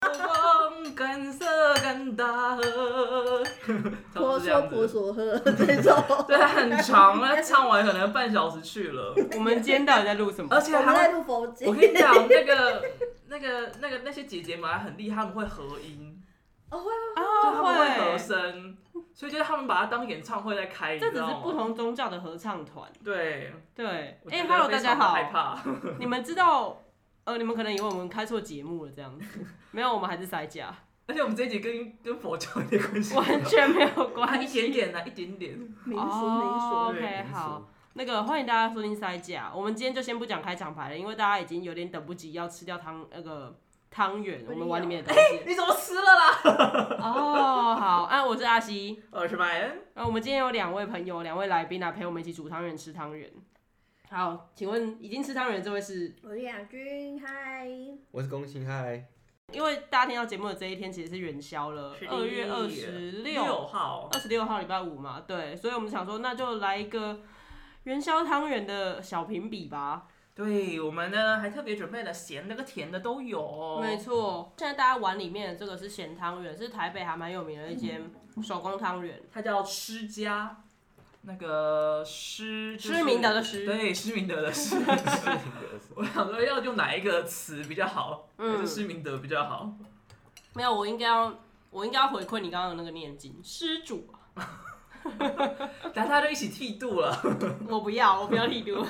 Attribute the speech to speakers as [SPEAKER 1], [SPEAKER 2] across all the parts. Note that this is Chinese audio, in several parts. [SPEAKER 1] 风干涩干大河，差不多
[SPEAKER 2] 婆
[SPEAKER 1] 这
[SPEAKER 2] 娑
[SPEAKER 1] 样
[SPEAKER 2] 婆
[SPEAKER 1] 子。
[SPEAKER 2] 娑呵这种，
[SPEAKER 1] 对，很长，那唱完可能半小时去了，
[SPEAKER 3] 我们今天到底在录什么
[SPEAKER 1] 而？且
[SPEAKER 2] 我们在
[SPEAKER 1] 还会，
[SPEAKER 2] 录佛经
[SPEAKER 1] 我跟你讲，那个、那个、那个那些姐姐们还很厉害，她们会合音，
[SPEAKER 2] 哦，会啊，
[SPEAKER 1] 对，她们会合
[SPEAKER 3] 会，
[SPEAKER 1] 声，所以就是她们把它当演唱会在开，你
[SPEAKER 3] 这只
[SPEAKER 1] 知
[SPEAKER 3] 是
[SPEAKER 1] 道
[SPEAKER 3] 不
[SPEAKER 1] 吗？
[SPEAKER 3] 同宗教的合唱团。
[SPEAKER 1] 对，
[SPEAKER 3] 对，
[SPEAKER 1] 我觉
[SPEAKER 3] 哎
[SPEAKER 1] 得
[SPEAKER 3] ，Hello，
[SPEAKER 1] 非
[SPEAKER 3] 大家
[SPEAKER 1] 常的害
[SPEAKER 3] 好。
[SPEAKER 1] 怕，
[SPEAKER 3] 你们知道，呃，你们可能以为我们开错节目了这样子，没有，我们还是塞假，
[SPEAKER 1] 而且我们这一集跟跟佛教有点关系，
[SPEAKER 3] 完全没有
[SPEAKER 1] 啊
[SPEAKER 3] 关
[SPEAKER 1] 一
[SPEAKER 3] 系。
[SPEAKER 1] 点点啊，一点点。
[SPEAKER 2] 民俗民
[SPEAKER 3] 哦
[SPEAKER 2] 俗，
[SPEAKER 1] 对
[SPEAKER 3] OK，
[SPEAKER 1] 民俗
[SPEAKER 3] 好。那个欢迎大家收听塞假，我们今天就先不讲开场白了，因为大家已经有点等不及要吃掉汤那个汤圆，我们碗里 面的东西。
[SPEAKER 1] 你怎么吃了啦？
[SPEAKER 3] 哦，好，啊，我是阿西，
[SPEAKER 1] 我是麦恩，
[SPEAKER 3] 啊，我们今天有两位朋友，两位来宾来陪我们一起煮汤圆吃汤圆。好，请问已经吃汤圆的这位是
[SPEAKER 2] 我是亚军，嗨，
[SPEAKER 4] 我是龚兴嗨，
[SPEAKER 3] 因为大家听到节目的这一天其实是元宵了，二月二十六、
[SPEAKER 1] 六号，
[SPEAKER 3] 二十六号礼拜五嘛，对，所以我们想说那就来一个元宵汤圆的小评比吧。
[SPEAKER 1] 对我们呢还特别准备了咸的跟甜的都有，
[SPEAKER 3] 没错，现在大家碗里面的这个是咸汤圆，是台北还蛮有名的一间手工汤圆，
[SPEAKER 1] 它叫施家，那个施就是
[SPEAKER 3] 施明德的施，
[SPEAKER 1] 对施明德的施。我想说要用哪一个词比较好，还
[SPEAKER 3] 嗯
[SPEAKER 1] 是，施明德比较好？
[SPEAKER 3] 没有，我应该要我应该要回馈你刚刚的那个念经，施主啊，
[SPEAKER 1] 然后大家就一起剃度了。
[SPEAKER 3] 我不要，我不要力度，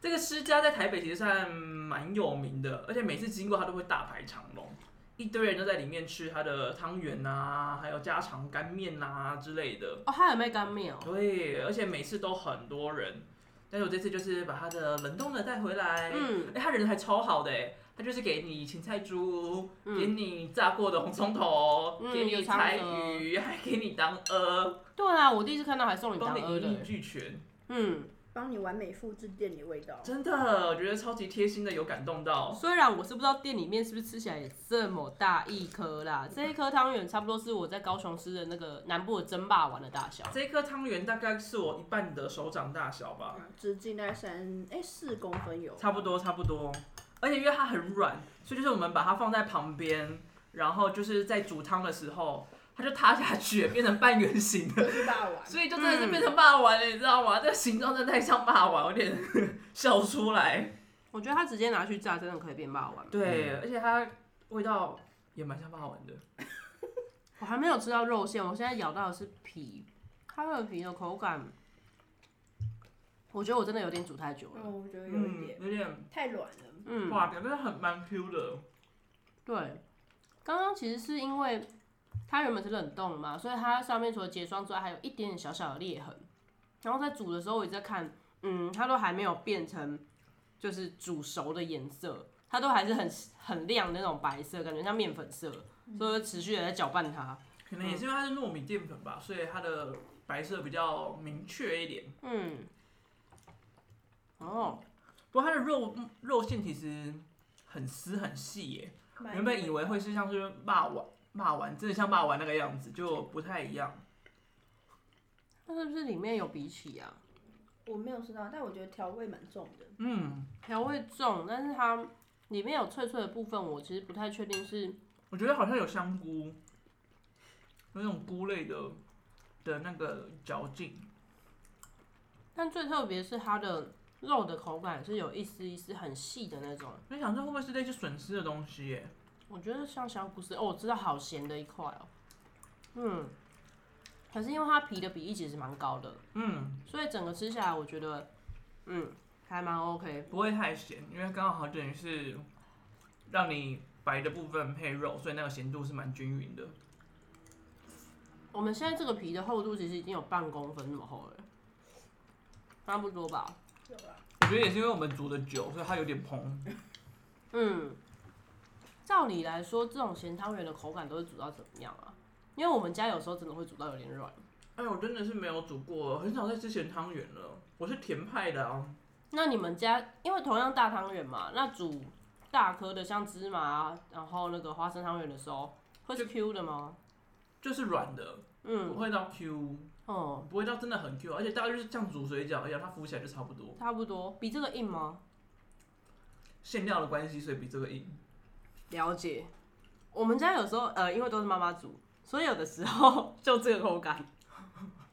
[SPEAKER 1] 这个施家在台北其实算蛮有名的，而且每次经过它都会大排长龙，一堆人都在里面吃它的汤圆啊，还有家常干面啊之类的。
[SPEAKER 3] 哦，还有卖干面哦，
[SPEAKER 1] 对，而且每次都很多人，但是我这次就是把他的冷冻的带回来，哎、
[SPEAKER 3] 嗯
[SPEAKER 1] 他人还超好的哎，他就是给你芹菜猪，给
[SPEAKER 3] 嗯，
[SPEAKER 1] 你炸过的红葱头，
[SPEAKER 3] 嗯
[SPEAKER 1] 给
[SPEAKER 3] 有
[SPEAKER 1] 你
[SPEAKER 3] 长
[SPEAKER 1] 柴
[SPEAKER 3] 舌
[SPEAKER 1] 鱼，还给你当鹅，
[SPEAKER 3] 对啊，我第一次看到还送你当
[SPEAKER 1] 帮你
[SPEAKER 3] 鹅
[SPEAKER 1] 一应
[SPEAKER 3] 的，欸
[SPEAKER 1] 俱全，
[SPEAKER 3] 嗯。
[SPEAKER 2] 帮你完美复制店里的味道，
[SPEAKER 1] 真的，我觉得超级贴心的，有感动到。
[SPEAKER 3] 虽然我是不知道店里面是不是吃起来也这么大一颗啦，
[SPEAKER 1] 嗯
[SPEAKER 3] 这一颗汤圆差不多是我在高雄吃的那个南部的争霸丸的大小。
[SPEAKER 1] 这一颗汤圆大概是我一半的手掌大小吧，
[SPEAKER 2] 嗯直径大概三哎四公分有，
[SPEAKER 1] 差不多差不多，而且因为它很软，所以就是我们把它放在旁边，然后就是在煮汤的时候，它就塌下去， 变成半圆形的，
[SPEAKER 2] 这是大 碗，
[SPEAKER 1] 所以就真的是变成霸王了，你知道吗？这个形状真的太像霸王，有点 笑出来。
[SPEAKER 3] 我觉得它直接拿去炸，真的可以变霸丸。
[SPEAKER 1] 对，
[SPEAKER 2] 嗯
[SPEAKER 1] 而且它味道也蛮像霸王的，
[SPEAKER 3] 我还没有吃到肉馅，我现在咬到的是皮，它那个皮的口感，我觉得我真的有点煮太久了。
[SPEAKER 2] 嗯，我觉得有一
[SPEAKER 1] 嗯
[SPEAKER 2] 点，
[SPEAKER 1] 有点
[SPEAKER 2] 太软了，
[SPEAKER 3] 嗯，
[SPEAKER 1] 哇，感觉很蛮 Q 的，
[SPEAKER 3] 对，刚刚其实是因为它原本是冷冻的嘛，所以它上面除了结霜之外，还有一点点小小的裂痕。然后在煮的时候，我一直在看，嗯，它都还没有变成就是煮熟的颜色，它都还是很很亮的那种白色，感觉像面粉色，所以我就持续的在搅拌它。
[SPEAKER 1] 可能也是因为它是糯米淀粉吧，所以它的白色比较明确一点。
[SPEAKER 3] 嗯，哦，
[SPEAKER 1] 不过它的肉肉馅其实很丝很细耶，
[SPEAKER 2] 蛮
[SPEAKER 1] 原本以为会是像是骂完骂完，真的像骂完那个样子，就不太一样。
[SPEAKER 3] 那是不是里面有荸荠啊？
[SPEAKER 2] 我没有吃到，但我觉得调味蛮重的，
[SPEAKER 1] 嗯，
[SPEAKER 3] 调味重，但是它里面有脆脆的部分，我其实不太确定是
[SPEAKER 1] 我觉得好像有香菇，有那种菇类的的那个嚼劲。
[SPEAKER 3] 但最特别是它的肉的口感是有一丝一丝很细的那种，
[SPEAKER 1] 我想这会不会是类似笋丝的东西耶？
[SPEAKER 3] 我觉得像香菇丝哦，我知道好咸的一块哦，嗯，可是因为它皮的比例其实蛮高的，
[SPEAKER 1] 嗯，
[SPEAKER 3] 所以整个吃下来我觉得，嗯，还蛮 OK，
[SPEAKER 1] 不会太咸，因为刚好等于是让你白的部分配肉，所以那个咸度是蛮均匀的。
[SPEAKER 3] 我们现在这个皮的厚度其实已经有半公分那么厚了，差不多吧，
[SPEAKER 2] 有啊啦，
[SPEAKER 1] 我觉得也是因为我们煮的久，所以它有点蓬。
[SPEAKER 3] 嗯，照理来说这种咸汤圆的口感都是煮到怎么样啊？因为我们家有时候真的会煮到有点软。
[SPEAKER 1] 哎，我真的是没有煮过，很少在吃咸汤圆了。我是甜派的啊。
[SPEAKER 3] 那你们家因为同样大汤圆嘛，那煮大颗的像芝麻，然后那个花生汤圆的时候，会是 Q 的吗？
[SPEAKER 1] 就是软的，不
[SPEAKER 3] 嗯，
[SPEAKER 1] 会到 Q，
[SPEAKER 3] 哦、
[SPEAKER 1] 不会到真的很 Q，而且大概就是像煮水饺一样，它浮起来就差不多。
[SPEAKER 3] 差不多，比这个硬吗？
[SPEAKER 1] 馅料的关系，所以比这个硬。
[SPEAKER 3] 了解。我们家有时候呃，因为都是妈妈煮，所以有的时候 就这个口感。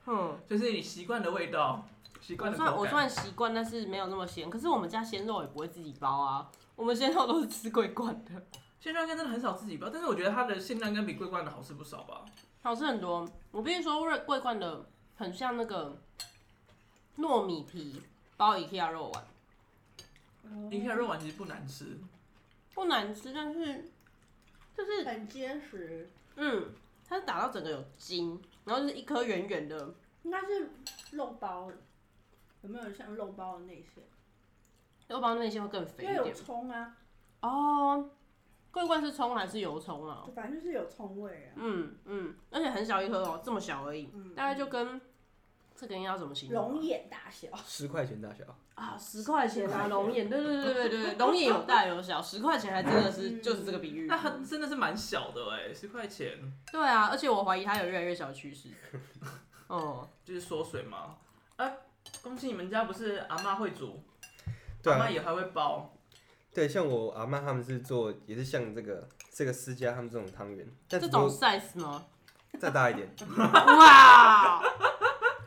[SPEAKER 3] 嗯，
[SPEAKER 1] 就是你习惯的味道，习惯
[SPEAKER 3] 我
[SPEAKER 1] 的
[SPEAKER 3] 算
[SPEAKER 1] 口
[SPEAKER 3] 我
[SPEAKER 1] 感。
[SPEAKER 3] 算习惯，但是没有那么咸。可是我们家鲜肉也不会自己包啊，我们鲜肉都是吃桂冠的，
[SPEAKER 1] 现在应该真的很少自己包，但是我觉得它的馅料应该比桂冠的好吃不少吧。
[SPEAKER 3] 好吃很多。我必须说，桂桂冠的很像那个糯米皮包 IKEA 肉丸，
[SPEAKER 1] 你看肉丸其实不难吃，
[SPEAKER 3] 不难吃，但是就是
[SPEAKER 2] 很结实，
[SPEAKER 3] 嗯，它是打到整个有筋，然后就是一颗圆圆的，
[SPEAKER 2] 应该是肉包，有没有像肉包的那些？
[SPEAKER 3] 肉包内馅会更肥
[SPEAKER 2] 因为
[SPEAKER 3] 一
[SPEAKER 2] 有
[SPEAKER 3] 点。
[SPEAKER 2] 葱啊，
[SPEAKER 3] 哦，桂冠是葱还是油葱啊？
[SPEAKER 2] 反正就是有葱味啊，
[SPEAKER 3] 嗯嗯，而且很小一颗哦，这么小而已，
[SPEAKER 2] 嗯
[SPEAKER 3] 大概就跟这个应该要怎么形容
[SPEAKER 2] 龙
[SPEAKER 3] 啊？
[SPEAKER 2] 眼大小。
[SPEAKER 4] 十块钱大小，
[SPEAKER 3] 啊，十块钱啊，龙眼，对对对对对，龙眼有大有小，十块钱还真的是
[SPEAKER 2] 嗯
[SPEAKER 3] 就是这个比喻
[SPEAKER 1] 那。它真的是蛮小的哎、十块钱
[SPEAKER 3] 对啊，而且我怀疑它有越来越小的 趋势。哦，
[SPEAKER 1] 就是缩水嘛。哎、恭喜你们家不是阿妈会煮，
[SPEAKER 4] 对
[SPEAKER 1] 阿
[SPEAKER 4] 啊
[SPEAKER 1] 妈，也还会包，
[SPEAKER 4] 对，像我阿妈他们是做，也是像这个这个私家他们这种汤圆，
[SPEAKER 3] 这
[SPEAKER 4] 但只不
[SPEAKER 3] 种
[SPEAKER 4] 过
[SPEAKER 3] size 吗？
[SPEAKER 4] 再大一点，
[SPEAKER 3] 哇，
[SPEAKER 2] 他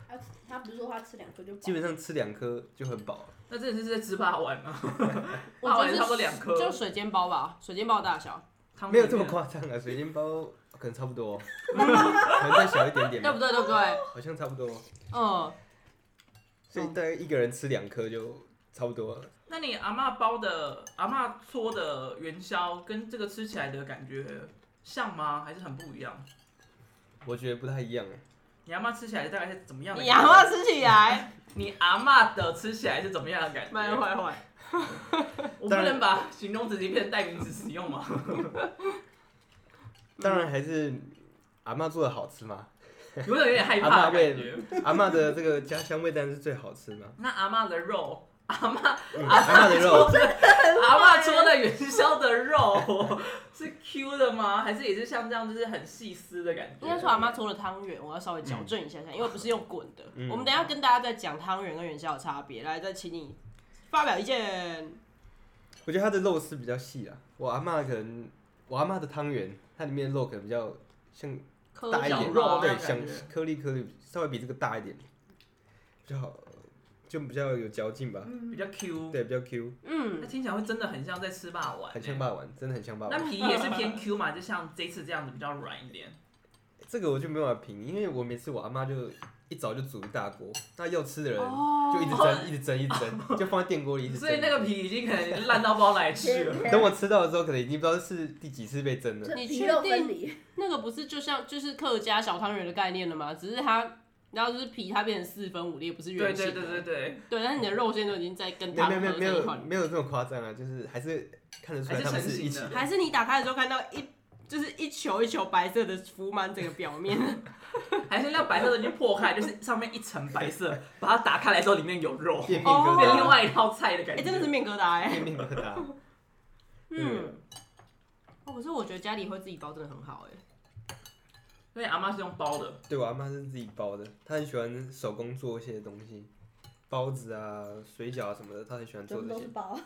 [SPEAKER 2] 哎他不是说他吃两颗就饱
[SPEAKER 4] 基本上吃两颗就很饱了。
[SPEAKER 1] 那真的是在吃八碗啊，
[SPEAKER 3] 我觉
[SPEAKER 1] 八
[SPEAKER 3] 得
[SPEAKER 1] 碗
[SPEAKER 3] 是
[SPEAKER 1] 差不多两颗，
[SPEAKER 3] 就水煎包吧，水煎包大小，
[SPEAKER 1] 汤
[SPEAKER 4] 没有
[SPEAKER 1] 里
[SPEAKER 4] 这么
[SPEAKER 1] 面
[SPEAKER 4] 夸张啊，水晶包可能差不多，可能再小一点点
[SPEAKER 3] 对
[SPEAKER 4] 吧，
[SPEAKER 3] 不对？对不对？
[SPEAKER 4] 好像差不多，
[SPEAKER 3] 嗯，
[SPEAKER 4] 所以大概一个人吃两颗就差不多了。
[SPEAKER 1] 那你阿嬷包的、阿嬷搓的元宵，跟这个吃起来的感觉像吗？还是很不一样？
[SPEAKER 4] 我觉得不太一样，
[SPEAKER 1] 你阿嬷吃起来大概是怎么样的
[SPEAKER 3] 你
[SPEAKER 1] 感
[SPEAKER 3] 阿
[SPEAKER 1] 觉？
[SPEAKER 3] 妈吃起来，
[SPEAKER 1] 你阿嬷的吃起来是怎么样的感
[SPEAKER 3] 慢
[SPEAKER 4] 啊
[SPEAKER 1] 觉？
[SPEAKER 3] 坏坏。
[SPEAKER 1] 我不
[SPEAKER 4] 当然
[SPEAKER 1] 能把形容词变成代名词使用嘛？
[SPEAKER 4] 当然还是阿嬷做的好吃嘛，
[SPEAKER 1] 有点有点害怕的感觉。
[SPEAKER 4] 阿嬷的这个家乡味当然是最好吃嘛。
[SPEAKER 1] 那阿嬷的肉，
[SPEAKER 4] 嗯、阿嬷的肉
[SPEAKER 1] 搓的阿嬷搓的元宵的肉是 Q 的吗？还是也是像这样，就是很细丝的感觉？
[SPEAKER 3] 应该说阿妈搓的汤圆，我要稍微矫正一下下，因为不是用滚的。
[SPEAKER 4] 嗯
[SPEAKER 3] 我们等一下跟大家再讲汤圆跟元宵的差别，来再请你发表意见。
[SPEAKER 4] 我觉得它的肉丝比较细啊，我阿嬷可能我阿嬷的汤圆，它里面的肉可能比较像
[SPEAKER 3] 颗
[SPEAKER 4] 大一
[SPEAKER 1] 小
[SPEAKER 4] 点，
[SPEAKER 1] 肉这
[SPEAKER 4] 对，
[SPEAKER 1] 样
[SPEAKER 4] 像
[SPEAKER 1] 感觉
[SPEAKER 4] 颗粒颗粒稍微比这个大一点，比较好，就比较有嚼劲吧，
[SPEAKER 2] 嗯
[SPEAKER 1] 比较 Q，
[SPEAKER 4] 对，比较 Q，
[SPEAKER 1] 那
[SPEAKER 3] 嗯，
[SPEAKER 1] 听起来会真的很像在吃霸王、欸
[SPEAKER 4] 很像霸王，真的很像霸王。
[SPEAKER 1] 那皮也是偏 Q 嘛，就像这次这样子比较软一点。
[SPEAKER 4] 这个我就没办法评，因为我每次我阿妈就一早就煮一大锅，那要吃的人
[SPEAKER 3] 哦
[SPEAKER 4] 就一直蒸，一直蒸，一直蒸，就放在电锅里一直蒸。
[SPEAKER 1] 所以那个皮已经可能烂到不知道哪里去 了。
[SPEAKER 4] 等我吃到的时候，可能已经不知道是第几次被蒸了。
[SPEAKER 2] 这
[SPEAKER 3] 你
[SPEAKER 2] 皮
[SPEAKER 3] 确
[SPEAKER 2] 肉
[SPEAKER 3] 定
[SPEAKER 2] 分离，
[SPEAKER 3] 那个不是就像就是客家小汤圆的概念了吗？只是它。然后就是皮，它变成四分五裂，不是
[SPEAKER 1] 对
[SPEAKER 3] 圆
[SPEAKER 1] 对
[SPEAKER 3] 形的。
[SPEAKER 1] 对对对，
[SPEAKER 3] 对但是你的肉馅都已经在跟
[SPEAKER 4] 没有
[SPEAKER 3] 汤
[SPEAKER 4] 没
[SPEAKER 3] 合
[SPEAKER 4] 有没有没
[SPEAKER 3] 成一
[SPEAKER 4] 有
[SPEAKER 3] 块。
[SPEAKER 4] 没有这么夸张啊，就是还是看得出来他们是一起
[SPEAKER 1] 还是成型的
[SPEAKER 3] 还是你打开的时候看到一就是一球一球白色的浮满整个表 面，
[SPEAKER 1] 还是那白色的已经破开，就是上面一层白色，把它打开来之后里面有肉，
[SPEAKER 4] 变面
[SPEAKER 3] 哦
[SPEAKER 1] 变另
[SPEAKER 4] 疙
[SPEAKER 1] 外一道菜的
[SPEAKER 3] 哎、
[SPEAKER 1] 感觉。
[SPEAKER 3] 真的是面疙瘩哎、
[SPEAKER 4] 瘩，变面疙瘩。
[SPEAKER 3] 嗯，哦，可是我觉得家里会自己包真的很好哎、
[SPEAKER 1] 因为阿妈是用包的，
[SPEAKER 4] 对我阿妈是自己包的，她很喜欢手工做一些东西，包子啊、水饺啊什么的，她很喜欢做
[SPEAKER 2] 全部
[SPEAKER 4] 这
[SPEAKER 2] 都
[SPEAKER 4] 些
[SPEAKER 2] 是。包。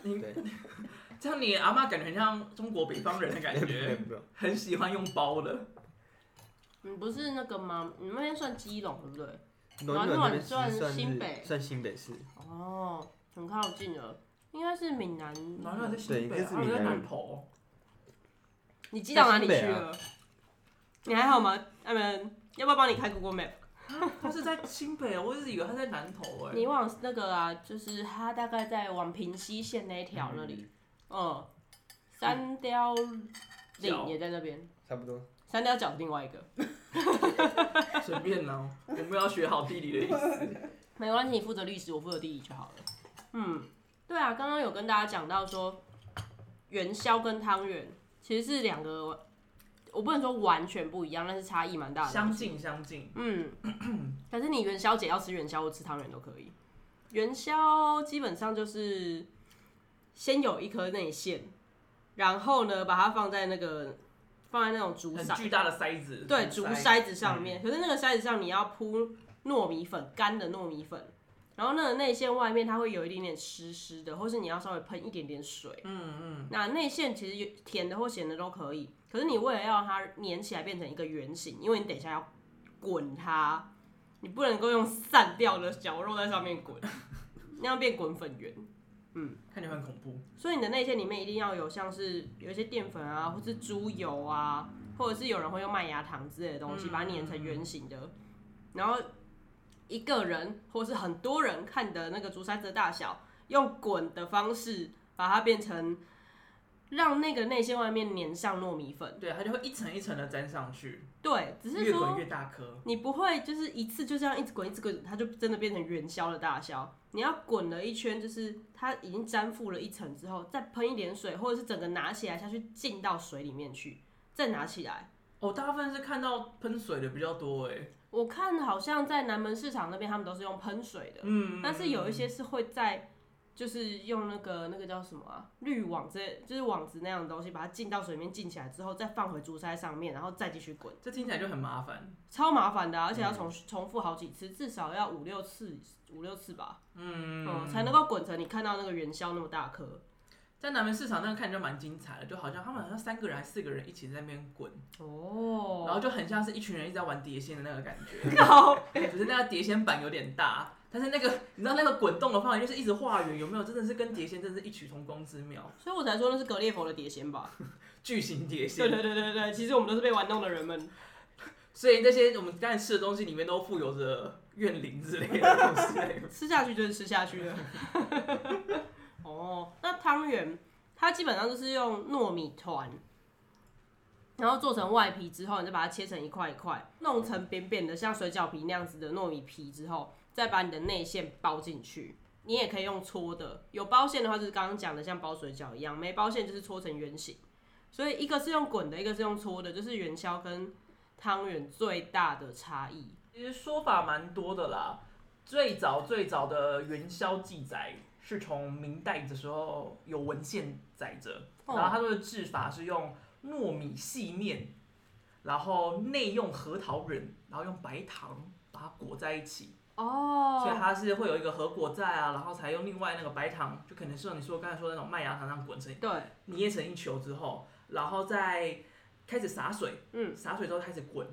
[SPEAKER 1] 这样你阿妈感觉很像中国北方人的感
[SPEAKER 4] 没有没有
[SPEAKER 1] 觉，
[SPEAKER 4] 没有，
[SPEAKER 1] 很喜欢用包的。
[SPEAKER 3] 你不是那个吗？你们那边算基隆对不对？
[SPEAKER 4] 暖
[SPEAKER 3] 暖
[SPEAKER 4] 暖那边
[SPEAKER 3] 算
[SPEAKER 4] 是算
[SPEAKER 3] 新北
[SPEAKER 4] 是算新北市，
[SPEAKER 3] 哦，很靠近了，应该是闽南。
[SPEAKER 1] 暖暖在
[SPEAKER 4] 嗯对
[SPEAKER 1] 新
[SPEAKER 4] 应
[SPEAKER 1] 北
[SPEAKER 4] 该
[SPEAKER 1] 啊，
[SPEAKER 4] 是
[SPEAKER 1] 暖
[SPEAKER 4] 闽
[SPEAKER 1] 在
[SPEAKER 4] 南
[SPEAKER 1] 南
[SPEAKER 4] 人
[SPEAKER 1] 投，
[SPEAKER 3] 你寄到哪里去了？你还好吗，艾文？要不要帮你开 Google Map？
[SPEAKER 1] 他是在新北，啊我一直以为他在南投哎。
[SPEAKER 3] 你往那个啊，就是它大概在往平西线那一条那里，嗯，三雕岭也在那边，
[SPEAKER 4] 差不多。
[SPEAKER 3] 三雕角是另外一个，
[SPEAKER 1] 随便啦，我们要学好地理的意 思。
[SPEAKER 3] 没关系，你负责历史，我负责地理就好了。嗯，对啊，刚刚有跟大家讲到说，元宵跟汤圆其实是两个，我不能说完全不一样，但是差异蛮大的。
[SPEAKER 1] 相。近相近，
[SPEAKER 3] 嗯，可是你元宵节要吃元宵或吃汤圆都可以。元宵基本上就是先有一颗内馅，然后呢把它放在那个放在那种竹
[SPEAKER 1] 很
[SPEAKER 3] 筛，
[SPEAKER 1] 巨大的筛子，嗯
[SPEAKER 3] 对，竹筛子上面。可是那个筛子上你要铺糯米粉，干的糯米粉，然后那个内馅外面它会有一点点湿湿的，或是你要稍微喷一点点水。
[SPEAKER 1] 嗯嗯，
[SPEAKER 3] 那内馅其实有甜的或咸的都可以，可是你为了要让它粘起来变成一个圆形，因为你等一下要滚它，你不能够用散掉的绞肉在上面滚，那样变滚粉圆。
[SPEAKER 1] 看起来很恐怖。
[SPEAKER 3] 所以你的内馅里面一定要有像是有一些淀粉啊，或是猪油啊，或者是有人会用麦芽糖之类的东西
[SPEAKER 1] 嗯
[SPEAKER 3] 把它碾成圆形的。然后一个人或是很多人看你的那个竹筛子的大小，用滚的方式把它变成，让那个内馅外面粘上糯米粉。
[SPEAKER 1] 对，它就会一层一层的粘上去，
[SPEAKER 3] 对，只是
[SPEAKER 1] 越滚
[SPEAKER 3] 说
[SPEAKER 1] 越大颗。
[SPEAKER 3] 你不会就是一次就这样一直滚一直滚，它就真的变成元宵的大宵。你要滚了一圈，就是它已经粘附了一层之后，再喷一点水，或者是整个拿起来下去浸到水里面去，再拿起来。
[SPEAKER 1] 哦，大部分是看到喷水的比较多哎。
[SPEAKER 3] 我看好像在南门市场那边他们都是用喷水的，
[SPEAKER 1] 嗯，
[SPEAKER 3] 但是有一些是会在就是用那个那个叫什么啊滤网之类，就是网子那样的东西，把它浸到水里面浸起来之后，再放回竹筛上面，然后再继续滚。
[SPEAKER 1] 这听起来就很麻烦。
[SPEAKER 3] 超麻烦的啊、而且要重、重复好几次，至少要五六次，五六次吧，嗯，才能够滚成你看到那个元宵那么大颗。
[SPEAKER 1] 在南门市场那个看起来就蛮精彩的，就好像他们好像三个人还是四个人一起在那边滚，
[SPEAKER 3] 哦
[SPEAKER 1] 然后就很像是一群人一直在玩碟仙的那个感 觉。
[SPEAKER 3] 靠，
[SPEAKER 1] 只是那个碟仙板有点大，但是那个你知道那个滚动的方法就是一直画圆，有没有？真的是跟碟仙真的是异曲同工之妙，
[SPEAKER 3] 所以我才说那是格列佛的碟仙 吧？
[SPEAKER 1] 巨型碟仙
[SPEAKER 3] 对。对对对对，其实我们都是被玩弄的人们。
[SPEAKER 1] 所以那些我们刚才吃的东西里面都附有着怨灵之类的东西。
[SPEAKER 3] 吃下去就是吃下去了。 哦，那汤圆它基本上就是用糯米团，然后做成外皮之后，你再把它切成一块一块，弄成扁扁的像水饺皮那样子的糯米皮之后，再把你的内馅包进去。你也可以用搓的，有包馅的话就是刚刚讲的像包水饺一样，没包馅就是搓成圆形。所以一个是用滚的，一个是用搓的，就是元宵跟汤圆最大的差异。
[SPEAKER 1] 其实说法蛮多的啦，最早最早的元宵记载是从明代的时候有文献载着，
[SPEAKER 3] 哦
[SPEAKER 1] 然后它的制法是用糯米细面，然后内用核桃仁，然后用白糖把它裹在一起。
[SPEAKER 3] 哦
[SPEAKER 1] 所以它是会有一个核果在啊，然后才用另外那个白糖，就可能是用你说刚才说的那种麦芽糖这样滚成
[SPEAKER 3] 对，
[SPEAKER 1] 捏成一球之后，然后再开始洒水，
[SPEAKER 3] 嗯，
[SPEAKER 1] 洒水之后开始滚，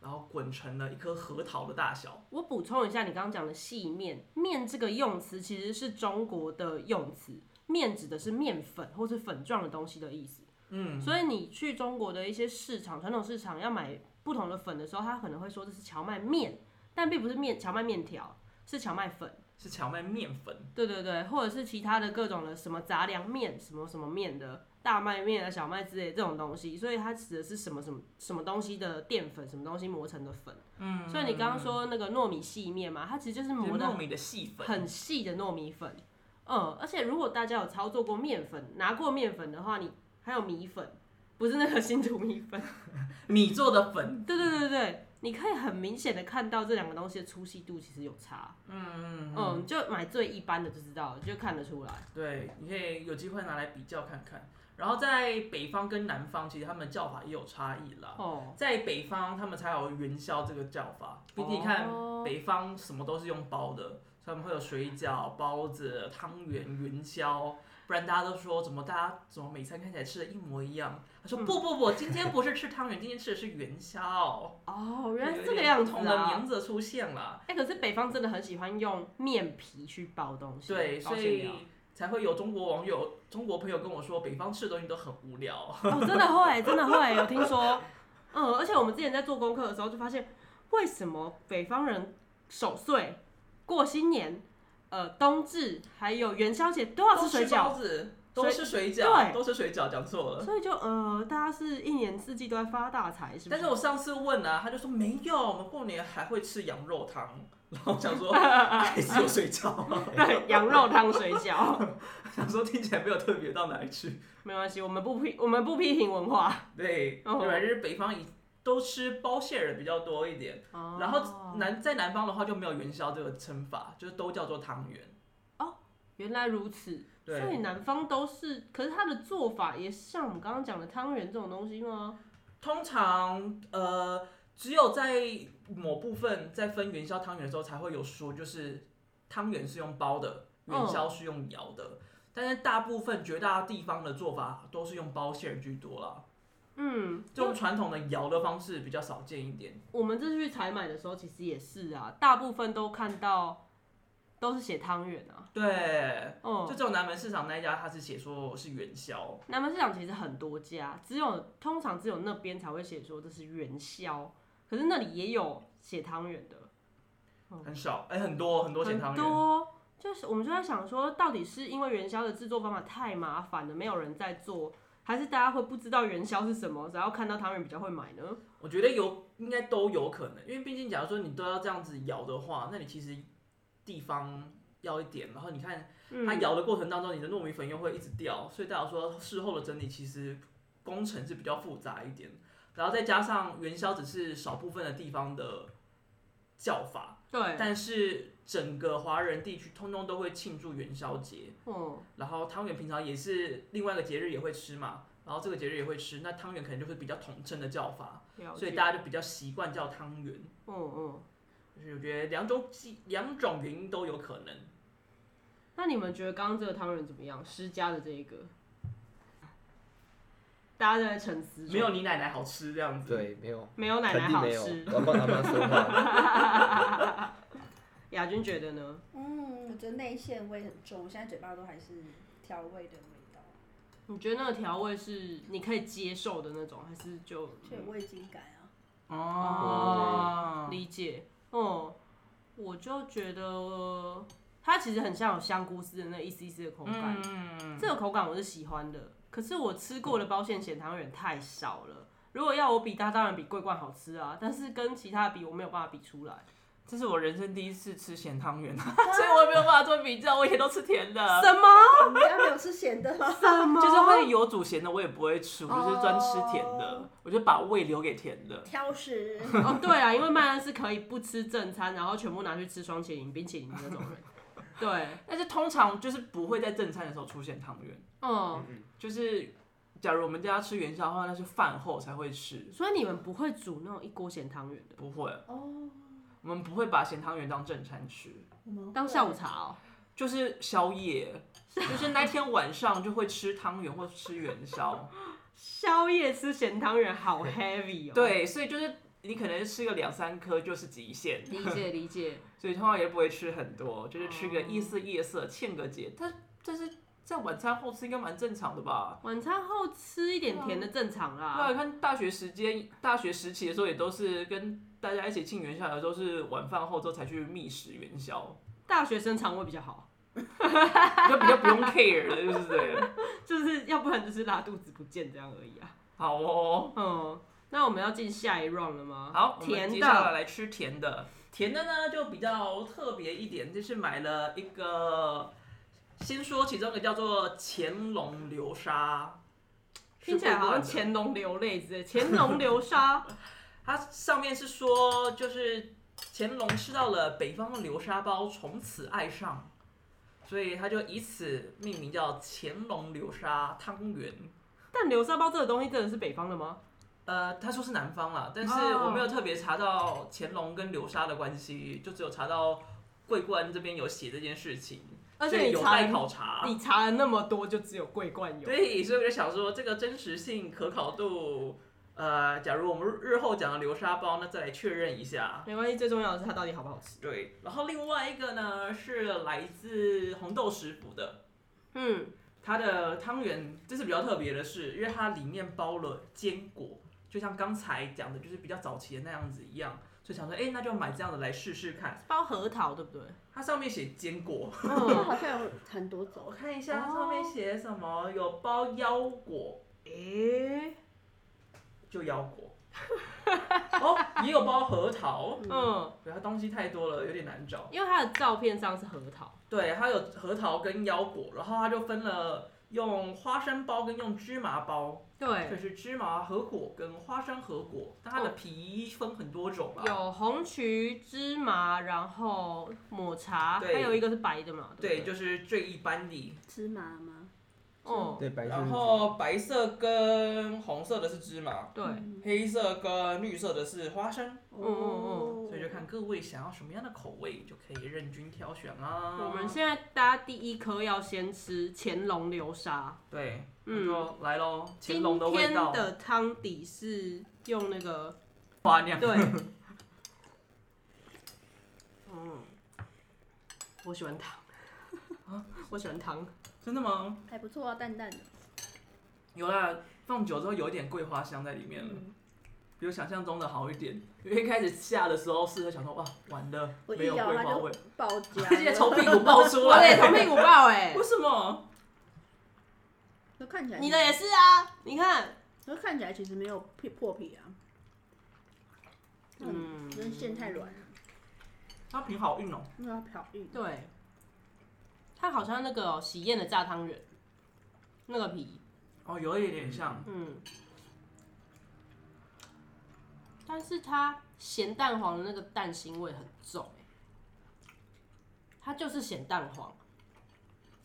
[SPEAKER 1] 然后滚成了一颗核桃的大小。
[SPEAKER 3] 哦我补充一下，你刚刚讲的细面，面这个用词其实是中国的用词，面指的是面粉或是粉状的东西的意思。
[SPEAKER 1] 嗯，
[SPEAKER 3] 所以你去中国的一些市场，传统市场要买不同的粉的时候，他可能会说这是荞麦面，但并不是面荞麦面条，是荞麦粉。
[SPEAKER 1] 是荞麦面粉，
[SPEAKER 3] 对对对，或者是其他的各种的什么杂粮面、什么什么面的大麦面啊、小麦之类这种东西，所以它指的是什么什么什么东西的淀粉，什么东西磨成的粉。嗯，所以你刚刚说那个糯米细面嘛，它其实就是
[SPEAKER 1] 就是
[SPEAKER 3] 嗯磨的
[SPEAKER 1] 糯米的细粉。
[SPEAKER 3] 很细的糯米粉。嗯，而且如果大家有操作过面粉，拿过面粉的话，你还有米粉，不是那个新竹米粉。
[SPEAKER 1] 米做的粉，
[SPEAKER 3] 对对对对对，你可以很明显的看到这两个东西的粗细度其实有差。嗯嗯嗯，就买最一般的就知道了，就看得出来。
[SPEAKER 1] 对，你可以有机会拿来比较看看。然后在北方跟南方，其实他们的叫法也有差异啦。
[SPEAKER 3] 哦，
[SPEAKER 1] 在北方，他们才有元宵这个叫法。毕竟你看，
[SPEAKER 3] 哦
[SPEAKER 1] 北方什么都是用包的，所以他们会有水饺、包子、汤圆、元宵。不然大家都说怎么大家怎么每餐看起来吃的一模一样？他说
[SPEAKER 3] 嗯
[SPEAKER 1] 不不不，今天不是吃汤圆，今天吃的是元宵。
[SPEAKER 3] 哦，原来是
[SPEAKER 1] 有
[SPEAKER 3] 这个
[SPEAKER 1] 点
[SPEAKER 3] 样
[SPEAKER 1] 不
[SPEAKER 3] 子
[SPEAKER 1] 同的
[SPEAKER 3] 啊！
[SPEAKER 1] 名字出现了，
[SPEAKER 3] 哎、可是北方真的很喜欢用面皮去包东西，
[SPEAKER 1] 对，
[SPEAKER 3] 包
[SPEAKER 1] 所
[SPEAKER 3] 馅
[SPEAKER 1] 以
[SPEAKER 3] 料
[SPEAKER 1] 才会有中国网友、中国朋友跟我说，北方吃的东西都很无聊。
[SPEAKER 3] 哦，真的会，真的会，有听说。 嗯，而且我们之前在做功课的时候就发现，为什么北方人守岁、过新年、呃冬至还有元宵节都要吃水
[SPEAKER 1] 包
[SPEAKER 3] 饺？
[SPEAKER 1] 子，
[SPEAKER 3] 水
[SPEAKER 1] 都是水
[SPEAKER 3] 对
[SPEAKER 1] 饺，都是水饺，讲错了。
[SPEAKER 3] 所以就呃，大家是一年四季都在发大财，是不
[SPEAKER 1] 但
[SPEAKER 3] 是？
[SPEAKER 1] 是我上次问啊，他就说没有，我们过年还会吃羊肉汤。然后我想 说，还是有水饺啊，
[SPEAKER 3] 对， 羊肉汤水饺，
[SPEAKER 1] 想说听起来没有特别到哪里 去。
[SPEAKER 3] 没关系，我们不批，我们不批评文化。
[SPEAKER 1] 对，
[SPEAKER 3] 哦
[SPEAKER 1] 对吧？就是北方以都吃包馅儿的比较多一点，
[SPEAKER 3] 哦
[SPEAKER 1] 然后南在南方的话就没有元宵这个称法，就是都叫做汤圆。
[SPEAKER 3] 原来如此，
[SPEAKER 1] 对
[SPEAKER 3] 所以南方都是，可是它的做法也是像我们刚刚讲的汤圆这种东西吗？
[SPEAKER 1] 通常呃，只有在某部分在分元宵汤圆的时候才会有说，就是汤圆是用包的，元
[SPEAKER 3] 哦
[SPEAKER 1] 宵是用摇的，但是大部分绝大地方的做法都是用包馅居多啦。
[SPEAKER 3] 嗯，
[SPEAKER 1] 这种传统的摇的方式比较少见一点。
[SPEAKER 3] 我们这次去采买的时候，其实也是啊，大部分都看到都是写汤圆啊。
[SPEAKER 1] 对，
[SPEAKER 3] 哦、
[SPEAKER 1] 就只有南门市场那一家，他是写说是元宵，
[SPEAKER 3] 南门市场其实很多家，只有通常只有那边才会写说这是元宵，可是那里也有写汤圆的，
[SPEAKER 1] 很少，哎、很多很多咸汤
[SPEAKER 3] 很
[SPEAKER 1] 圆。
[SPEAKER 3] 多。就是我们就在想说，到底是因为元宵的制作方法太麻烦了，没有人在做，还是大家会不知道元宵是什么，然后看到汤圆比较会买呢？
[SPEAKER 1] 我觉得有应该都有可能，因为毕竟假如说你都要这样子摇的话，那你其实地方要一点，然后你看它
[SPEAKER 3] 嗯，
[SPEAKER 1] 摇的过程当中，你的糯米粉又会一直掉，所以代表说事后的整理其实工程是比较复杂一点，然后再加上元宵只是少部分的地方的叫法，
[SPEAKER 3] 对，
[SPEAKER 1] 但是整个华人地区通通都会庆祝元宵节，
[SPEAKER 3] 哦，
[SPEAKER 1] 然后汤圆平常也是另外一个节日也会吃嘛，然后这个节日也会吃，那汤圆可能就是比较统称的叫法，
[SPEAKER 3] 了解。
[SPEAKER 1] 所以大家就比较习惯叫汤圆。
[SPEAKER 3] 嗯嗯，
[SPEAKER 1] 就是我觉得两种基两种原因都有可能。
[SPEAKER 3] 那你们觉得刚刚这个汤圆怎么样？施加的这一个，大家都在沉思中，
[SPEAKER 1] 没有你奶奶好吃这样子。，
[SPEAKER 4] 对，没有，
[SPEAKER 3] 没有奶
[SPEAKER 4] 肯
[SPEAKER 3] 奶
[SPEAKER 4] 定
[SPEAKER 3] 好
[SPEAKER 4] 没有
[SPEAKER 3] 吃。，
[SPEAKER 4] 我要帮阿妈说话。
[SPEAKER 3] 雅君觉得呢？
[SPEAKER 2] 嗯，我觉得内馅味很重，我现在嘴巴都还是调味的味道，
[SPEAKER 3] 你觉得那个调味是你可以接受的那种，还是就
[SPEAKER 2] 就有味精感啊。
[SPEAKER 1] 哦，
[SPEAKER 3] 理解？哦、我就觉得它其实很像有香菇丝的那一丝一丝的口感，
[SPEAKER 1] 嗯，
[SPEAKER 3] 这个口感我是喜欢的。可是我吃过的包馅咸汤圆太少了，如果要我比，它当然比桂冠好吃啊，但是跟其他的比，我没有办法比出来。
[SPEAKER 1] 这是我人生第一次吃咸汤圆， 所以我也没有办法做比较。我以前都吃甜的，
[SPEAKER 3] 什么？
[SPEAKER 2] 嗯你家没有吃咸的吗？
[SPEAKER 3] 呃 什么？
[SPEAKER 1] 就是会有煮咸的，我也不会吃，我就是专吃甜的
[SPEAKER 2] 哦，
[SPEAKER 1] 我就把胃留给甜的。
[SPEAKER 2] 挑食，
[SPEAKER 3] 哦，对啊，因为麦恩是可以不吃正餐，然后全部拿去吃双麒麟、冰淇淋那种人。对，
[SPEAKER 1] 但是通常就是不会在正餐的时候出现汤圆，
[SPEAKER 3] 嗯，
[SPEAKER 1] 就是假如我们家吃元宵的话，那是饭后才会吃，
[SPEAKER 3] 所以你们不会煮那种一锅咸汤圆的，
[SPEAKER 1] 不会，
[SPEAKER 2] 哦，
[SPEAKER 1] 我们不会把咸汤圆当正餐吃。
[SPEAKER 2] 我们
[SPEAKER 3] 当
[SPEAKER 2] 会
[SPEAKER 3] 下午茶哦。
[SPEAKER 1] 就是宵夜，就是那天晚上就会吃汤圆或吃元 宵。
[SPEAKER 3] 宵夜吃咸汤圆好 heavy 哦。，
[SPEAKER 1] 对，所以就是你可能吃个两三颗就是极限，哦
[SPEAKER 3] 理解理解。
[SPEAKER 1] 所以通常也不会吃很多，就是吃个一四夜色欠个节。但但是在晚餐后吃应该蛮正常的吧？
[SPEAKER 3] 晚餐后吃一点甜的正常
[SPEAKER 1] 对啊，
[SPEAKER 3] 啦。
[SPEAKER 1] 你看大学时间、大学时期的时候也都是跟大家一起庆元宵，有时候是晚饭后之后才去觅食元宵，
[SPEAKER 3] 大学生肠胃比较好，
[SPEAKER 1] 就比较不用 care 了，就是这样。
[SPEAKER 3] 就是要不然就是拉肚子不见这样而已啊。
[SPEAKER 1] 好哦，
[SPEAKER 3] 嗯，那我们要进下一 round 了吗？
[SPEAKER 1] 好，我们
[SPEAKER 3] 甜
[SPEAKER 1] 接下来
[SPEAKER 3] 的。
[SPEAKER 1] 来吃甜的。甜的呢就比较特别一点，就是买了一个，先说其中一个叫做乾隆流沙，
[SPEAKER 3] 听起来好像
[SPEAKER 1] 是桂冠的
[SPEAKER 3] 乾隆流泪之类，乾隆流 沙，
[SPEAKER 1] 它上面是说就是乾隆吃到了北方的流沙包，从此爱上，所以他就以此命名叫乾隆流沙汤圆。
[SPEAKER 3] 但流沙包这个东西真的是北方的吗？
[SPEAKER 1] 呃，他说是南方啦，但是
[SPEAKER 3] 哦
[SPEAKER 1] 我没有特别查到乾隆跟流沙的关系，就只有查到桂冠这边有写这件事情，
[SPEAKER 3] 而且
[SPEAKER 1] 所以
[SPEAKER 3] 你
[SPEAKER 1] 有
[SPEAKER 3] 查
[SPEAKER 1] 待
[SPEAKER 3] 了
[SPEAKER 1] 考察。
[SPEAKER 3] 你查了那么多，就只有桂冠有。
[SPEAKER 1] 对，所以我就想说，这个真实性、可考度，呃，假如我们日后讲的流沙包，那再来确认一下。
[SPEAKER 3] 没关系，最重要的是它到底好不好吃。
[SPEAKER 1] 对，然后另外一个呢是来自红豆食府的，
[SPEAKER 3] 嗯，
[SPEAKER 1] 它的汤圆这是比较特别的是，因为它里面包了坚果，就像刚才讲的，就是比较早期的那样子一样，所以想说，哎，那就买这样的来试试看。
[SPEAKER 3] 包核桃对不对？
[SPEAKER 1] 它上面写坚果，
[SPEAKER 2] 它
[SPEAKER 3] 嗯，
[SPEAKER 2] 哦好像有很多
[SPEAKER 1] 我
[SPEAKER 2] 种，
[SPEAKER 1] 看一下它上面写什么，有包腰果，
[SPEAKER 3] 诶、
[SPEAKER 1] 就腰果， 哦，也有包核桃，
[SPEAKER 3] 嗯，
[SPEAKER 1] 对，它东西太多了，有点难找。
[SPEAKER 3] 因为它的照片上是核桃。
[SPEAKER 1] 对，它有核桃跟腰果，然后它就分了用花生包跟用芝麻包，
[SPEAKER 3] 对
[SPEAKER 1] 就，是芝麻核果跟花生核果，但它的皮分很多种啊吧？
[SPEAKER 3] 哦有红曲、芝麻，然后抹茶，还
[SPEAKER 1] 对
[SPEAKER 3] 有一个是白的嘛。对
[SPEAKER 1] 对，
[SPEAKER 3] 不对，
[SPEAKER 1] 就是最一般的，
[SPEAKER 2] 芝麻吗？
[SPEAKER 3] 哦，
[SPEAKER 4] 对，白色是
[SPEAKER 1] 然
[SPEAKER 4] 紫
[SPEAKER 1] 后白色跟红色的是芝麻，
[SPEAKER 3] 对，
[SPEAKER 1] 黑色跟绿色的是花生，
[SPEAKER 2] 嗯
[SPEAKER 3] 嗯
[SPEAKER 1] 所以就看各位想要什么样的口味，就可以任君挑选啦。
[SPEAKER 3] 我们现在大家第一颗要先吃乾隆流沙，
[SPEAKER 1] 对，那
[SPEAKER 3] 嗯
[SPEAKER 1] 就来喽，乾
[SPEAKER 3] 今
[SPEAKER 1] 隆的味
[SPEAKER 3] 天
[SPEAKER 1] 道，
[SPEAKER 3] 的汤底是用那个
[SPEAKER 1] 花酿，
[SPEAKER 3] 对，嗯，我喜欢汤，
[SPEAKER 1] 啊
[SPEAKER 3] 我喜 欢汤，
[SPEAKER 1] 真的吗？
[SPEAKER 2] 还不错啊，淡淡的。
[SPEAKER 1] 有啦，放久之后有一点桂花香在里面了，
[SPEAKER 2] 嗯
[SPEAKER 1] 比我想象中的好一点。因为一开始下的时候，试着想说哇，完了，
[SPEAKER 2] 我
[SPEAKER 1] 没
[SPEAKER 2] 一
[SPEAKER 1] 有
[SPEAKER 2] 咬
[SPEAKER 1] 桂
[SPEAKER 2] 它
[SPEAKER 1] 花
[SPEAKER 2] 就
[SPEAKER 1] 味，
[SPEAKER 2] 爆 浆了，
[SPEAKER 1] 而且从屁 股爆出
[SPEAKER 3] 我的也
[SPEAKER 1] 来，
[SPEAKER 3] 从屁股爆 哎、
[SPEAKER 1] 为什么？
[SPEAKER 2] 就看起来
[SPEAKER 3] 你的也是啊，你看，
[SPEAKER 2] 可是看起来其实没有破破皮啊，
[SPEAKER 3] 嗯，
[SPEAKER 2] 因为馅太软了，
[SPEAKER 1] 它皮好硬哦、
[SPEAKER 2] 因为它漂硬。
[SPEAKER 3] 对，它好像那个哦喜宴的炸汤圆，那个皮，
[SPEAKER 1] 哦，有一点像，
[SPEAKER 3] 嗯，但是它咸蛋黄的那个蛋腥味很重、欸它就是咸蛋黄，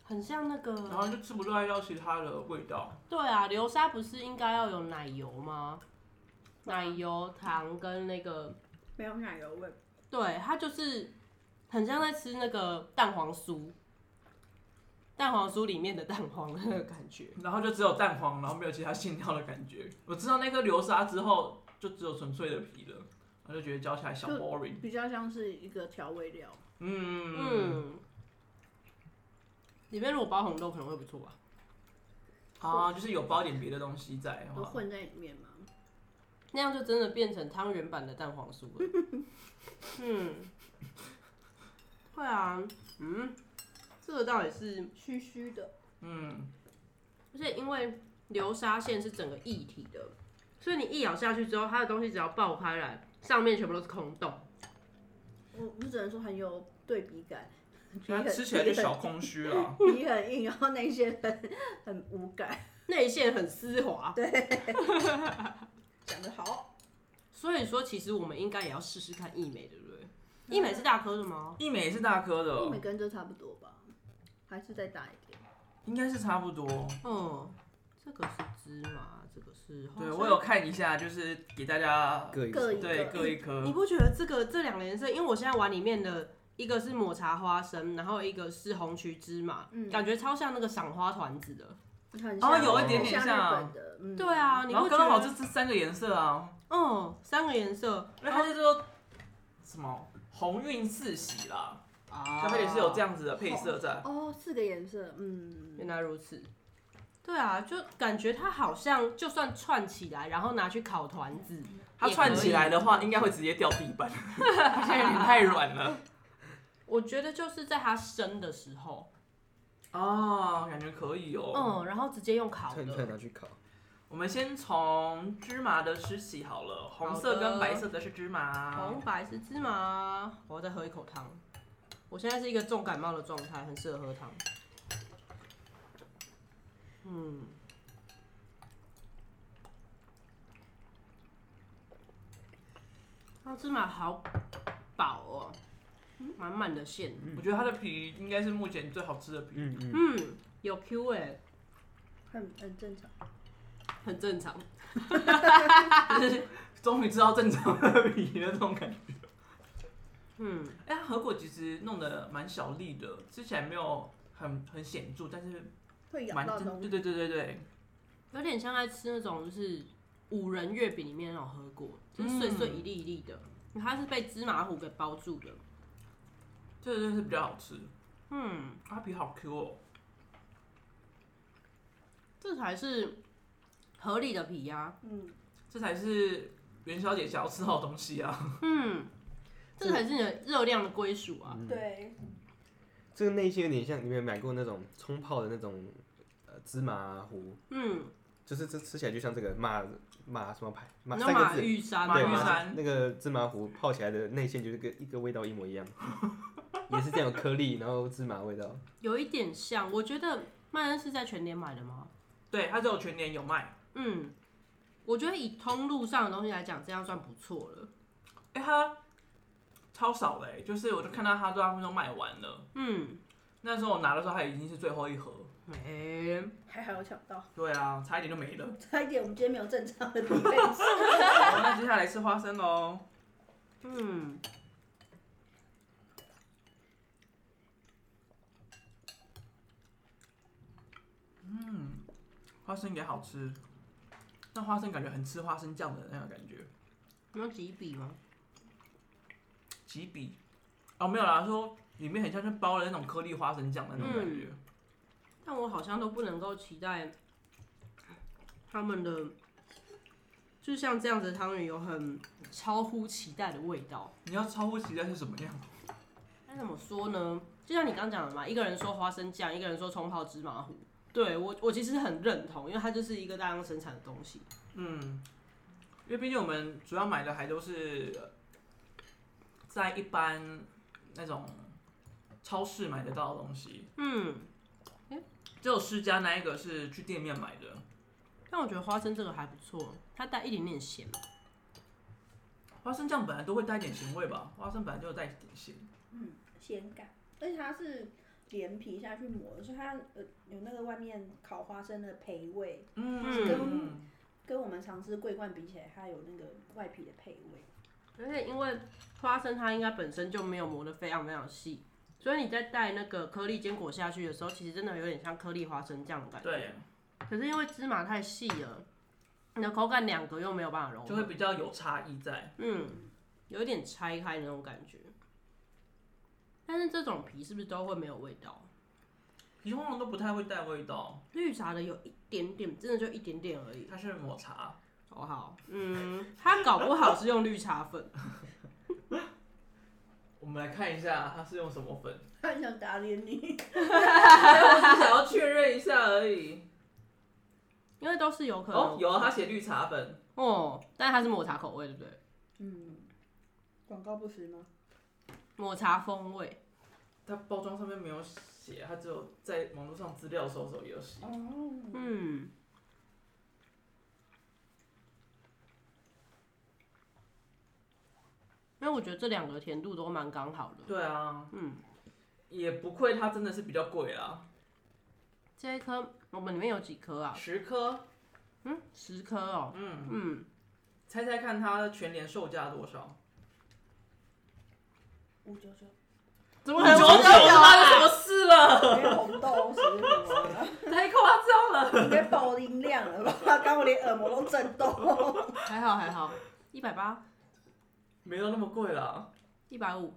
[SPEAKER 3] 很像那
[SPEAKER 1] 然
[SPEAKER 3] 个，
[SPEAKER 1] 后就吃不出来到其他的味道。
[SPEAKER 3] 对啊，流沙不是应该要有奶油吗？奶油糖跟那个，
[SPEAKER 2] 没有奶油味，
[SPEAKER 3] 对，它就是很像在吃那个蛋黄酥，蛋黄酥里面的蛋黄的那个感觉。
[SPEAKER 1] 然后就只有蛋黄，然后没有其他馅料的感觉。我吃到那颗流沙之后，就只有纯粹的皮了，我就觉得嚼起来小
[SPEAKER 2] 就
[SPEAKER 1] boring。
[SPEAKER 2] 比较像是一个调味料。
[SPEAKER 1] 嗯，
[SPEAKER 3] 嗯，里面如果包红豆可能会不错吧。
[SPEAKER 1] 啊，就是有包点别的东西在的
[SPEAKER 2] 都
[SPEAKER 1] 话，
[SPEAKER 2] 混在里面嘛。
[SPEAKER 3] 那样就真的变成汤圆版的蛋黄酥了。嗯，会啊，嗯，这个倒也是，
[SPEAKER 2] 虚虚的，
[SPEAKER 1] 嗯，
[SPEAKER 3] 而且因为流沙馅是整个一体的，所以你一咬下去之后，它的东西只要爆开来，上面全部都是空洞。
[SPEAKER 2] 我我只能说很有对比感，
[SPEAKER 1] 所以它吃起来就小空虚了。
[SPEAKER 2] 皮很硬，然后那些很很无感。
[SPEAKER 3] 内馅很丝滑，
[SPEAKER 2] 讲得好，
[SPEAKER 3] 所以说其实我们应该也要试试看益美，对不对？
[SPEAKER 2] 嗯
[SPEAKER 3] 益美是大颗的吗？
[SPEAKER 1] 一美也是大颗
[SPEAKER 2] 一美
[SPEAKER 1] 的，
[SPEAKER 2] 跟这差不多吧，还是再大一点。
[SPEAKER 1] 应该是差不多。
[SPEAKER 3] 嗯，这个是芝麻，这个是花
[SPEAKER 1] 对
[SPEAKER 3] 生
[SPEAKER 1] 我有看一下，就是给大家
[SPEAKER 4] 各一
[SPEAKER 2] 各一
[SPEAKER 1] 对各一颗。
[SPEAKER 3] 你不觉得这个这两个颜色？因为我现在碗里面的一个是抹茶花生，然后一个是红曲芝麻，
[SPEAKER 2] 嗯
[SPEAKER 3] 感觉超像那个赏花团子的。
[SPEAKER 2] 很
[SPEAKER 1] 哦
[SPEAKER 2] 像
[SPEAKER 1] 有
[SPEAKER 4] 一点
[SPEAKER 2] 很
[SPEAKER 1] 点
[SPEAKER 2] 像
[SPEAKER 1] 像
[SPEAKER 2] 日本的，嗯，
[SPEAKER 3] 对，啊，你
[SPEAKER 1] 然后
[SPEAKER 3] 不觉
[SPEAKER 1] 刚好这
[SPEAKER 3] 得？
[SPEAKER 1] 这三个颜色啊，
[SPEAKER 3] 嗯，三个颜色
[SPEAKER 1] 因为它是说什么红运四喜啦，
[SPEAKER 3] 啊
[SPEAKER 1] 它也是有这。样子的配色在。
[SPEAKER 2] 哦，四个颜色，嗯，
[SPEAKER 3] 原来如此。对啊，就感觉它好像就算串起来，然后拿去烤团子，
[SPEAKER 1] 它串起来的话，应该会直接掉地 板，因为你太软了。
[SPEAKER 3] 我觉得就是在它生的时候，
[SPEAKER 1] 哦，感觉可以哦。
[SPEAKER 3] 嗯，然后直接用烤
[SPEAKER 4] 串串
[SPEAKER 3] 的。
[SPEAKER 4] 拿去烤，
[SPEAKER 1] 我们先从芝麻的吃起好了，红色跟白色的是芝麻
[SPEAKER 3] 红。白是芝麻，我要再喝一口汤。我现在是一个重感冒的状态，很适合喝汤。嗯，它芝麻好饱哦，满满的馅，
[SPEAKER 2] 嗯
[SPEAKER 1] 我觉得它的皮应该是目前最好吃的皮。
[SPEAKER 4] 嗯嗯，
[SPEAKER 3] 嗯，有 Q 哎、
[SPEAKER 2] 很很正常。
[SPEAKER 3] 很正常。
[SPEAKER 1] 终于知道正常的皮的那种感觉。
[SPEAKER 3] 嗯，
[SPEAKER 1] 哎、它核果其实弄得蛮小粒的，吃起来没有很很显著，但是
[SPEAKER 2] 会咬
[SPEAKER 1] 蛮
[SPEAKER 2] 到
[SPEAKER 1] 真。
[SPEAKER 2] 东
[SPEAKER 1] 对
[SPEAKER 2] 西，
[SPEAKER 1] 对对对对，
[SPEAKER 3] 有点像在吃那种就是五仁月饼里面那种喝果，就是碎碎一粒一粒的，它是被芝麻糊给包住的。
[SPEAKER 1] 这就是比较好吃。
[SPEAKER 3] 嗯。
[SPEAKER 1] 它皮好 Q 哦。
[SPEAKER 3] 这才是合理的皮啊 呀、
[SPEAKER 2] 嗯，
[SPEAKER 1] 这才是袁小姐想要吃到的东西啊！
[SPEAKER 3] 嗯，这才是你的热量的归属啊。
[SPEAKER 2] 嗯对，
[SPEAKER 4] 嗯这个内馅有点像你们有买过那种冲泡的那种呃芝麻糊，
[SPEAKER 3] 嗯，
[SPEAKER 4] 就是这吃起来就像这个马马什么牌马
[SPEAKER 3] 你知道
[SPEAKER 4] 三个
[SPEAKER 3] 马
[SPEAKER 4] 字，
[SPEAKER 3] 玉山
[SPEAKER 1] 马
[SPEAKER 4] 对
[SPEAKER 1] 玉
[SPEAKER 4] 马
[SPEAKER 1] 山
[SPEAKER 3] 吗？
[SPEAKER 4] 那个芝麻糊泡起来的内馅就是跟一个味道一模一样，也是这样有颗粒，然后芝麻味道。
[SPEAKER 3] 有一点像，我觉得麦恩是在全年买的吗？
[SPEAKER 1] 对，它只有全年有卖。
[SPEAKER 3] 嗯，我觉得以通路上的东西来讲，这样算不错了。
[SPEAKER 1] 哎、它超少嘞、就是我就看到它都差不多卖完了。
[SPEAKER 3] 嗯，
[SPEAKER 1] 那时候我拿的时候，它已经是最后一盒，
[SPEAKER 3] 哎、
[SPEAKER 2] 还好有抢到，
[SPEAKER 1] 对啊，差一点就没了。
[SPEAKER 2] 差一点我们今天没有正常的地位吃。
[SPEAKER 1] 好，那接下来吃花生喽。
[SPEAKER 3] 嗯，
[SPEAKER 1] 花生也好吃，那花生感觉很吃花生酱的那种感觉，
[SPEAKER 3] 你有几笔吗？
[SPEAKER 1] 几笔哦没有啦，说里面很像是包了那种颗粒花生酱的那种感觉，
[SPEAKER 3] 但我好像都不能够期待他们的，就像这样子的汤圆有很超乎期待的味道。
[SPEAKER 1] 你要超乎期待是什么样？
[SPEAKER 3] 那怎么说呢？就像你刚讲的嘛，一个人说花生酱，一个人说冲泡芝麻糊。对我，我其实很认同，因为它就是一个大量生产的东西。
[SPEAKER 1] 嗯，因为毕竟我们主要买的还都是呃在一般那种超市买得到的东西，
[SPEAKER 3] 嗯，
[SPEAKER 1] 只有施家那一个是去店面买的，
[SPEAKER 3] 但我觉得花生这个还不错，它带一点点咸。
[SPEAKER 1] 花生酱本来都会带一点咸味吧，花生本来就有带一点咸，
[SPEAKER 2] 嗯，咸感，而且它是连皮下去磨的，所以它呃有那个外面烤花生的培味，
[SPEAKER 1] 嗯
[SPEAKER 2] 跟我们常吃桂冠比起来，它有那个外皮的配味。
[SPEAKER 3] 而且因为花生它应该本身就没有磨得非常非常细，所以你在带那个颗粒坚果下去的时候，其实真的有点像颗粒花生酱的感觉。
[SPEAKER 1] 对，
[SPEAKER 3] 可是因为芝麻太细了，你的口感两个又没有办法融
[SPEAKER 1] 就会
[SPEAKER 3] 合，
[SPEAKER 1] 比较有差异在。
[SPEAKER 3] 嗯，有一点拆开那种感觉。但是这种皮是不是都会没有味道？
[SPEAKER 1] 皮通常都不太会带味道，
[SPEAKER 3] 绿茶的有一点点，真的就一点点而已，
[SPEAKER 1] 它是抹茶。
[SPEAKER 3] 好不好？嗯，它搞不好是用绿茶粉，
[SPEAKER 1] 我们来看一下它是用什么 粉，
[SPEAKER 2] 他很想打脸你，
[SPEAKER 1] 想要确认一下而已。
[SPEAKER 3] 因为都是有可能
[SPEAKER 1] 哦，有啊，它写绿茶粉，
[SPEAKER 3] 哦，但它是抹茶口味，对不对？
[SPEAKER 2] 嗯，广告不实吗？
[SPEAKER 3] 抹茶风味，
[SPEAKER 1] 它包装上面没有写，它只有在网络上资料搜索有写。
[SPEAKER 2] 哦，
[SPEAKER 3] 嗯，因为我觉得这两个甜度都蛮刚好的，
[SPEAKER 1] 对啊，
[SPEAKER 3] 嗯，
[SPEAKER 1] 也不愧它真的是比较贵啦，
[SPEAKER 3] 这一颗我们里面有几颗啊？
[SPEAKER 1] 十颗。
[SPEAKER 3] 嗯，十颗哦，
[SPEAKER 1] 嗯，
[SPEAKER 3] 嗯，
[SPEAKER 1] 猜猜看它全年售价多少？
[SPEAKER 2] 五九 九，
[SPEAKER 3] 怎么
[SPEAKER 1] 九
[SPEAKER 3] 可能
[SPEAKER 1] 九
[SPEAKER 3] 我
[SPEAKER 1] 九
[SPEAKER 3] 知道
[SPEAKER 1] 八
[SPEAKER 3] 啊
[SPEAKER 1] 有什么事了？
[SPEAKER 2] 连红豆是什么啊？
[SPEAKER 1] 太夸张了。
[SPEAKER 2] 你别爆音量了吧？刚刚我连耳膜都震动。
[SPEAKER 3] 还好还好，一百八、
[SPEAKER 1] 没有那么贵啦，
[SPEAKER 3] 一百五，